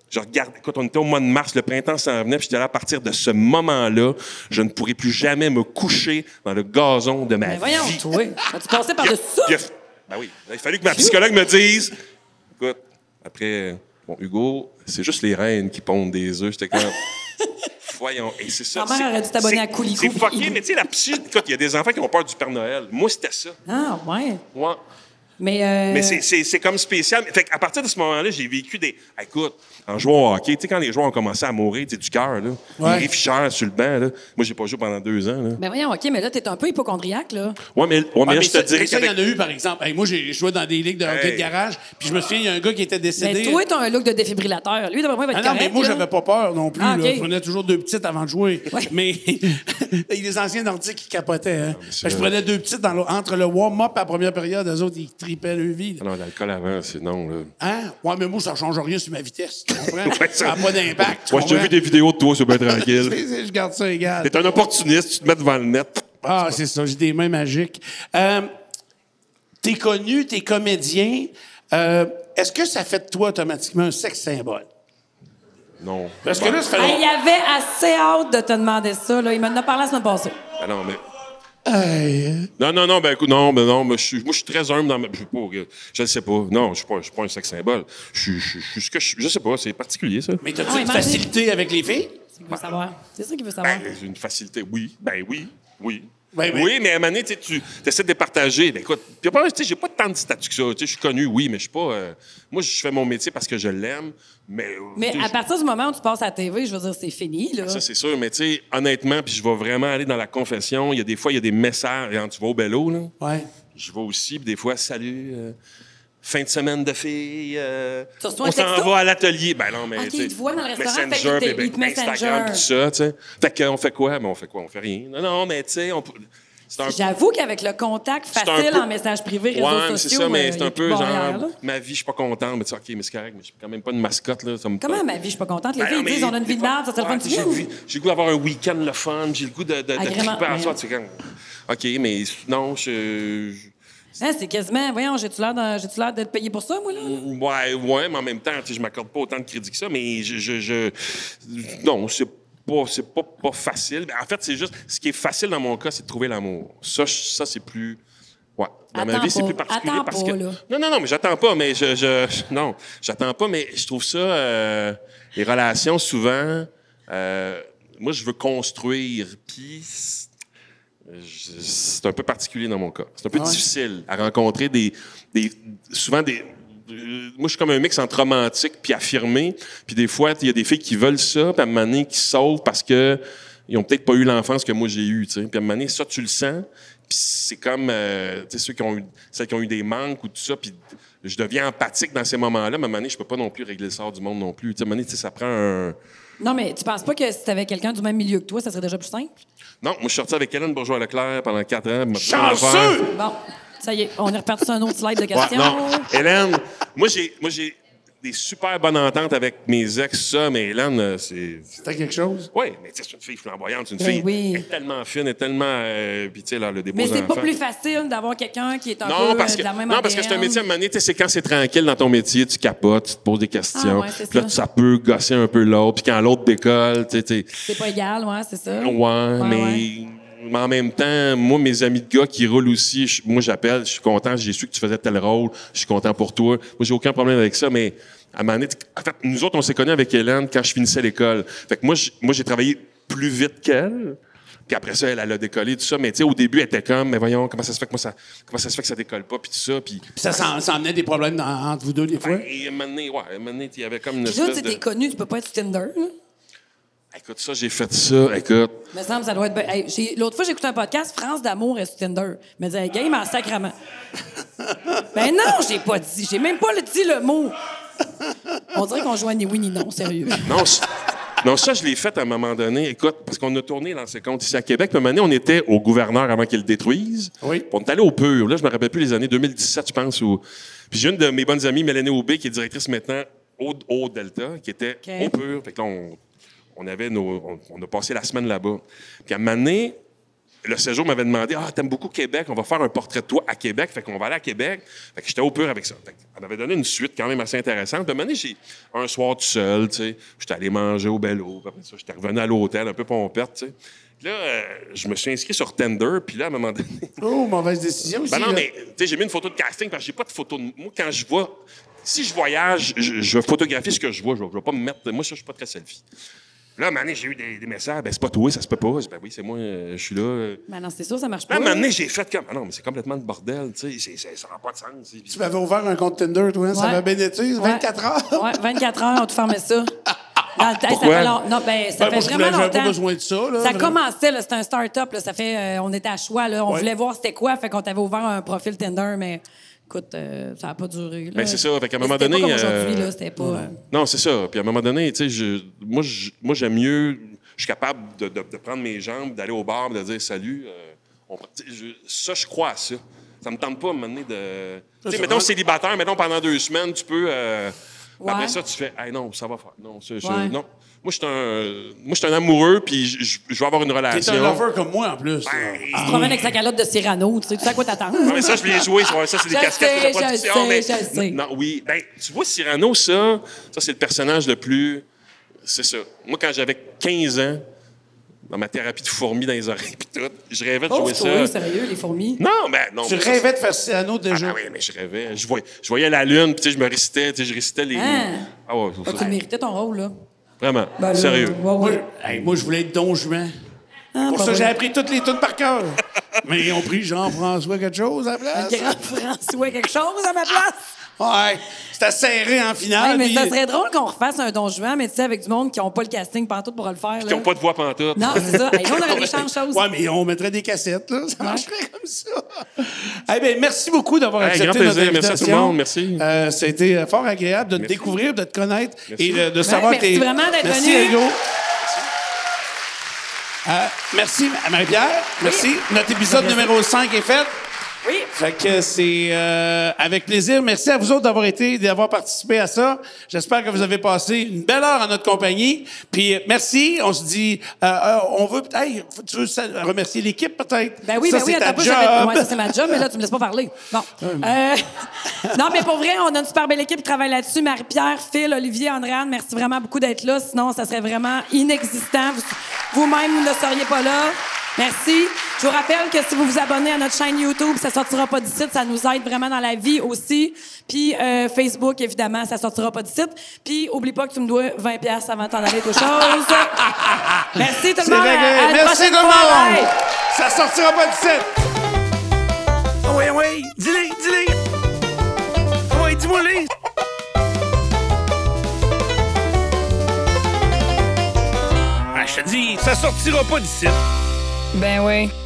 je regardais, écoute, on était au mois de mars, le printemps s'en venait, puis j'étais là à partir de ce moment-là, je ne pourrai plus jamais me coucher dans le gazon de ma
Ben
vie.
voyons, toi. As-tu
[laughs]
passé
Puis
par-dessus
il a- puis
ça?
il a- ben oui, il a fallu que ma psychologue me dise, écoute, Après, bon, Hugo, c'est juste les reines qui pondent des œufs. J'étais
[laughs]
comme. Voyons, et c'est ça.
Ta mère
c'est-
aurait dû t'abonner
c'est-
à Coolico
C'est
puis
fucké,
Hibou.
mais tu sais, la psy- écoute, il y a des enfants qui ont peur du Père Noël. Moi, c'était ça.
Ah, ouais.
Moi,
Mais, euh,
mais c'est- c'est c'est comme spécial. Fait à partir de ce moment-là, j'ai vécu des. Écoute, en jouant au hockey, tu sais, quand les joueurs ont commencé à mourir, tu sais, du cœur, là.
Ouais.
Les fichères sur le banc, là. Moi, j'ai pas joué pendant deux ans, là.
Ben voyons, OK, mais là, t'es un peu hypochondriaque, là.
Ouais, mais, ouais, mais
Ah,
là,
mais
je te
ça-
dirais
mais ça, il y en
qu'avec.
a eu, par exemple. Hey, moi, j'ai joué dans des ligues de hockey
Hey.
de garage, puis je me souviens, il y a un gars qui était décédé.
Mais toi, t'as un look de défibrillateur. Lui, d'après moi, il va
Ah
être
non, mais
correct,
moi,
là.
j'avais pas peur non plus.
Ah,
là.
ok.
Je prenais toujours deux petites avant de jouer. [laughs] Mais les anciens nordiques, qui capotaient. hein.
Ah, c'est
Fait que je
vrai.
prenais deux petites dans le- entre le warm-up et la première période. Eux autres, ils tripaient le vide.
Ah Non, l'alcool avant, c'est non, là.
Hein? Ouais, mais moi, ça change rien sur ma vitesse. Tu comprends?
[laughs] Ouais,
ça n'a
ça-
pas d'impact. tu
Moi, j'ai
comprends?
vu des vidéos de toi, c'est bien
[laughs]
tranquille.
Je garde ça égal.
T'es un opportuniste, tu te mets devant le net.
Ah, c'est ça, j'ai des mains magiques. Euh, t'es connu, t'es comédien. Euh, Est-ce que ça fait de toi automatiquement un sexe symbole?
Non.
Parce que là, ça fait
Hey, il
longtemps.
avait assez hâte de te demander ça, là. Il m'en a parlé la semaine passée.
Ah non, mais.
Hey,
Non, non, non, ben écoute, non, ben non, mais je suis- moi je suis très humble dans ma. Je sais pas, euh, je le sais pas. Non, je suis pas, je suis pas un sex symbole. Je suis- je suis ce que je suis. Je sais pas, c'est particulier ça.
Mais t'as-tu
Ah,
une
imagine.
facilité avec les filles?
C'est ça qu'il veut savoir. C'est ça qu'il veut savoir.
Ben, j'ai une facilité, oui. Ben oui, oui.
Ben, ben-
Oui, mais à un moment donné, tu sais, tu essaies de les partager. Ben, écoute, pis après, tu sais, j'ai pas tant de statut que ça. Tu sais, Je suis connu, oui, mais je suis pas. euh, moi, je fais mon métier parce que je l'aime, mais. euh,
mais
tu sais,
à partir du moment où tu passes à la TV, je veux dire, c'est fini, là.
Ça, c'est sûr, mais tu sais, honnêtement, puis je vais vraiment aller dans la confession. Il y a des fois, il y a des messages. Quand tu vas au bello, là,
Ouais.
je vais aussi, puis des fois, salut, euh, fin de semaine de filles, euh,
Tu reçois un
on s'en
texto?
va à l'atelier. Ben non, mais.
Ok,
tu sais,
il te voit dans le restaurant, fait qu'il te-
ben,
il te
ben,
messenger.
Instagram, puis tout ça, tu sais. Fait qu'on fait quoi? Ben, on fait quoi? On fait rien. Non, non, mais tu sais, on. peut- C'est un
J'avoue qu'avec le contact
c'est un
facile
peu-
en message privé, réseaux
Ouais, mais c'est
sociaux,
ça,
euh,
mais c'est
y a
un
plus
peu
de
genre,
barrière, là.
ma vie, je suis pas content, mais tu sais, OK, mais c'est correct, mais je suis quand même pas une mascotte, là. Ça me
Comment ma vie, je suis pas contente. Les
Ben
filles
non,
ils disent
mais
on a une
des
vie de
fois-
merde, ça c'est le
Ouais,
fun
j'ai le
de
goût- J'ai le goût d'avoir un week-end le fun, j'ai le goût de, de, de
Agrément-
triper à
mais-
soi, tu sais, quand- OK, mais non, je... je-
Hein, C'est quasiment, voyons, j'ai-tu l'air d'un- j'ai-tu l'air d'être payé pour ça, moi, là?
Ouais, ouais, mais en même temps, tu sais, je m'accorde pas autant de crédit que ça, mais je... je, je- non, c'est pas, c'est pas, pas facile. En fait, c'est juste... Ce qui est facile dans mon cas, c'est de trouver l'amour. Ça, je- ça c'est plus... Ouais. Dans ma
Attends
vie, c'est
pas.
plus particulier
Attends
parce
pas,
que...
là.
Non, non, non, mais j'attends pas, mais je... je- je- non, j'attends pas, mais je trouve ça... euh, les relations, souvent... euh, moi, je veux construire, puis... c'est- je- C'est un peu particulier dans mon cas. C'est un peu difficile à rencontrer des... des souvent des... euh, Moi, je suis comme un mix entre romantique puis affirmé. Puis des fois, il y a des filles qui veulent ça, puis à un moment donné, qui se sauvent parce que ils ont peut-être pas eu l'enfance que moi j'ai eue. tu sais. Puis à un moment donné, ça, tu le sens. Puis c'est comme euh, tu sais, ceux qui ont eu, celles qui ont eu des manques ou tout ça. Puis je deviens empathique dans ces moments-là. Mais à un moment donné, je peux pas non plus régler le sort du monde non plus. Tu sais, à un moment donné, tu sais, ça prend un...
Non, mais tu penses pas que si t'avais quelqu'un du même milieu que toi, ça serait déjà plus simple?
Non, moi, je suis sorti avec Hélène Bourgeois-Leclerc pendant quatre ans. ma première affaire.
Chanceux!
Bon, ça y est, on est reparti sur un autre slide de
Ouais,
questions.
non. Hélène, moi, j'ai, moi, j'ai des super bonnes ententes avec mes ex, ça, mais Hélène, euh, c'est.
C'était quelque chose?
Oui, mais tu sais, c'est une fille flamboyante, c'est une
Ben
fille.
oui.
Elle est tellement fine, elle est tellement. euh, puis, tu sais, là, le dépôt
mais c'est pas plus facile d'avoir quelqu'un qui est un peu
non,
euh,
parce que,
de la même
non, parce que c'est un
ADN.
métier à un moment donné, tu sais, c'est quand c'est tranquille dans ton métier, tu capotes, tu te poses des questions.
Ah ouais, c'est
puis là,
ça.
ça peut gosser un peu l'autre. Puis quand l'autre décolle, tu sais, tu sais,
C'est pas égal, ouais, c'est ça.
Ouais, mais,
ouais.
mais en même temps, moi, mes amis de gars qui roulent aussi, je- moi, j'appelle, je suis content, j'ai su que tu faisais tel rôle, je suis content pour toi. Moi, j'ai aucun problème avec ça, mais à ma en fait, nous autres, on s'est connus avec Hélène quand je finissais l'école. Fait que moi, j'- moi, j'ai travaillé plus vite qu'elle. Puis après ça, elle, elle a décollé, tout ça. Mais tu sais, au début, elle était comme, mais voyons, comment ça se fait que moi, ça, comment ça se fait que ça décolle pas, puis tout ça. Puis,
Puis ça, ça, en- ça emmenait des problèmes dans- entre vous deux, des fois?
et à un moment donné, ouais, à un moment donné, il y avait comme une
Puis là, tu
espèce
sais,
de...
t'es connu, tu peux pas être sur Tinder. là.
Écoute, ça, j'ai fait ça, écoute.
Me semble, ça doit être. ben- Hey, j'ai- L'autre fois, j'ai écouté un podcast, France d'amour est sur Tinder. Je me disais, hey, game
[laughs]
en sacrament. ben non, j'ai pas dit. J'ai même pas le- dit le mot. On dirait qu'on joue à ni oui ni non, sérieux.
Non, c- non, ça, je l'ai fait à un moment donné. Écoute, parce qu'on a tourné dans ces comptes ici à Québec. Puis, à un moment donné, on était au gouverneur avant qu'il le détruise.
Oui.
Puis, on est allé au pur. Là, je me rappelle plus les années 2017, je pense. Où... Puis j'ai une de mes bonnes amies, Mélanie Aubé, qui est directrice maintenant au, au Delta, qui était
OK.
au pur. Fait que là, on, on avait nos- on, on a passé la semaine là-bas. Puis à un moment donné, le séjour m'avait demandé Ah, t'aimes beaucoup Québec, on va faire un portrait de toi à Québec, fait qu'on va aller à Québec. Fait que j'étais au pur avec ça. Fait que elle m'avait donné une suite quand même assez intéressante. Puis à un moment donné, j'ai un soir tout seul, tu sais, j'étais allé manger au Bello, puis après ça, j'étais revenu à l'hôtel, un peu pompette, tu sais. Puis Là, euh, je me suis inscrit sur Tinder, puis là, à un moment donné, [laughs]
Oh, mauvaise décision aussi.
ben non,
là.
mais tu sais, j'ai mis une photo de casting parce que j'ai pas de photo de moi quand je vois si je voyage, je, je photographie ce que je vois. Je ne vais pas me mettre. Moi, ça, je suis pas très selfie. Là, à un moment donné, j'ai eu des, des messages. Ben, c'est pas toi, ça se peut pas. Je dis, Ben oui, c'est moi, euh, je suis là. euh.
Mais Ben non, c'est sûr, ça marche
Là,
pas.
à un moment donné, j'ai fait comme. Ah non, mais c'est complètement le bordel, tu sais. c'est- c'est- Ça n'a pas de sens.
Tu m'avais ouvert un compte Tinder, toi, hein, ça
Ouais.
m'a bien été.
Ouais.
24 heures.
Ouais, 24 heures, on te
[laughs]
fermait ça. Dans le temps, ça
Pourquoi?
fait long- Non, ben,
Ben,
ça fait
moi, je
vraiment
j'avais
longtemps.
pas besoin de ça. Là,
Ça
vraiment.
commençait, là, c'était un start-up. là, Ça fait, euh, on était à choix. Là, on
Ouais.
voulait voir c'était quoi. Fait qu'on t'avait ouvert un profil Tinder, mais écoute, euh, ça n'a pas duré. là.
Ben, c'est ça. Fait qu'à un
Mais
moment
c'était
donné,
Pas comme aujourd'hui,
euh,
là, c'était pas. euh,
Non, c'est ça. Puis à un moment donné, tu sais, je- moi, je- moi, j'aime mieux. Je suis capable de, de- de prendre mes jambes, d'aller au bar, de dire salut. euh, on- tu sais, je- ça, je crois à ça. Ça me tente pas à un moment donné de. Tu sais,
c'est
mettons
vrai.
célibataire, mettons pendant deux semaines, tu peux. euh,
Ouais.
Après ça, tu fais, hey, non, ça va faire. Non, ça, ça-
Ouais.
non. Moi, je suis un, moi, je suis un amoureux, puis je- je je vais avoir une
T'es
relation.
un lover comme moi, en plus.
Tu te promènes avec sa calotte de Cyrano, tu sais, tu sais à quoi t'attends.
Non, mais ça, je l'ai joué. Ça, ça, c'est des
Je
casquettes
sais,
de la production.
je
mais...
sais, je sais.
Non, oui. Ben, tu vois, Cyrano, ça, ça c'est le personnage le plus. C'est ça. Moi, quand j'avais 15 ans, dans ma thérapie de fourmis dans les oreilles, puis tout, je rêvais de
Oh,
jouer
c'est oui,
ça.
sérieux, les fourmis.
Non, ben, non.
Tu
mais ça,
rêvais de faire Cyrano
Ah,
déjà.
ben oui, mais je rêvais. Je voyais, je voyais la lune, puis tu sais, je me récitais, tu sais, je récitais les.
Hein?
Ah ouais, c'est
Ah, tu
ça.
le méritais ton rôle, là.
Vraiment.
Ben, là,
Sérieux.
ouais,
Moi,
ouais.
je- hey, moi, je voulais être Don Juan.
Ah,
Pour
pas
ça, j'ai
vrai.
appris toutes les tunes par cœur. [laughs] Mais ils ont pris Jean-François quelque chose à la place.
[laughs] Grand François, quelque chose à ma place.
Ouais, c'était serré en
Ouais,
finale.
mais
Ah, puis-
ça serait drôle qu'on refasse un Don Juan, mais tu sais, avec du monde qui n'ont pas le casting partout pour le faire.
Qui
là.
n'ont pas de voix pantoute.
Non, c'est ça. Hey, on aurait des chances, choses.
Ouais, mais on mettrait des cassettes, là. Ça marcherait comme ça. Eh bien, merci beaucoup d'avoir
Hey, grand
accepté
plaisir.
notre
Merci à tout le
invitation.
monde. Merci.
Euh, ça a été euh, fort agréable de te
Merci.
découvrir, de te connaître
Merci.
et de, de savoir
merci
que t'es-
vraiment d'être
Merci,
venu.
Hugo. Euh, merci à Marie-Pierre. Merci. Notre épisode numéro 5 est fait.
Oui.
Fait que c'est euh, avec plaisir. Merci à vous autres d'avoir été, d'avoir participé à ça. J'espère que vous avez passé une belle heure en notre compagnie. Puis euh, merci. On se dit, euh, euh, on veut, hey, faut- tu veux sa- remercier l'équipe peut-être.
Ben oui,
ça,
ben oui,
c'est ta
attends pas,
job.
j'avais- ouais, ça c'est ma job, mais là, tu me laisses pas parler. Bon. Euh, [laughs] non, mais pour vrai, on a une super belle équipe qui travaille là-dessus. Marie-Pierre, Phil, Olivier, Andréane, merci vraiment beaucoup d'être là. Sinon, ça serait vraiment inexistant. Vous- Vous-même, vous ne seriez pas là. Merci. Je vous rappelle que si vous vous abonnez à notre chaîne YouTube, ça sortira pas du site. Ça nous aide vraiment dans la vie aussi. Puis euh, Facebook, évidemment, ça sortira pas du site. Puis oublie pas que tu me dois 20 pièces avant de t'en aller aux choses.
[laughs]
merci tout
C'est
le monde.
réglé.
À- à une
Merci
prochaine
tout le
fois.
monde.
Bye.
Ça sortira pas du set.
Ah ouais, ah ouais, dis-le, dis-le. Ah ouais, dis-moi les. Ah, je te dis, ça sortira pas d'ici.
Ben oui.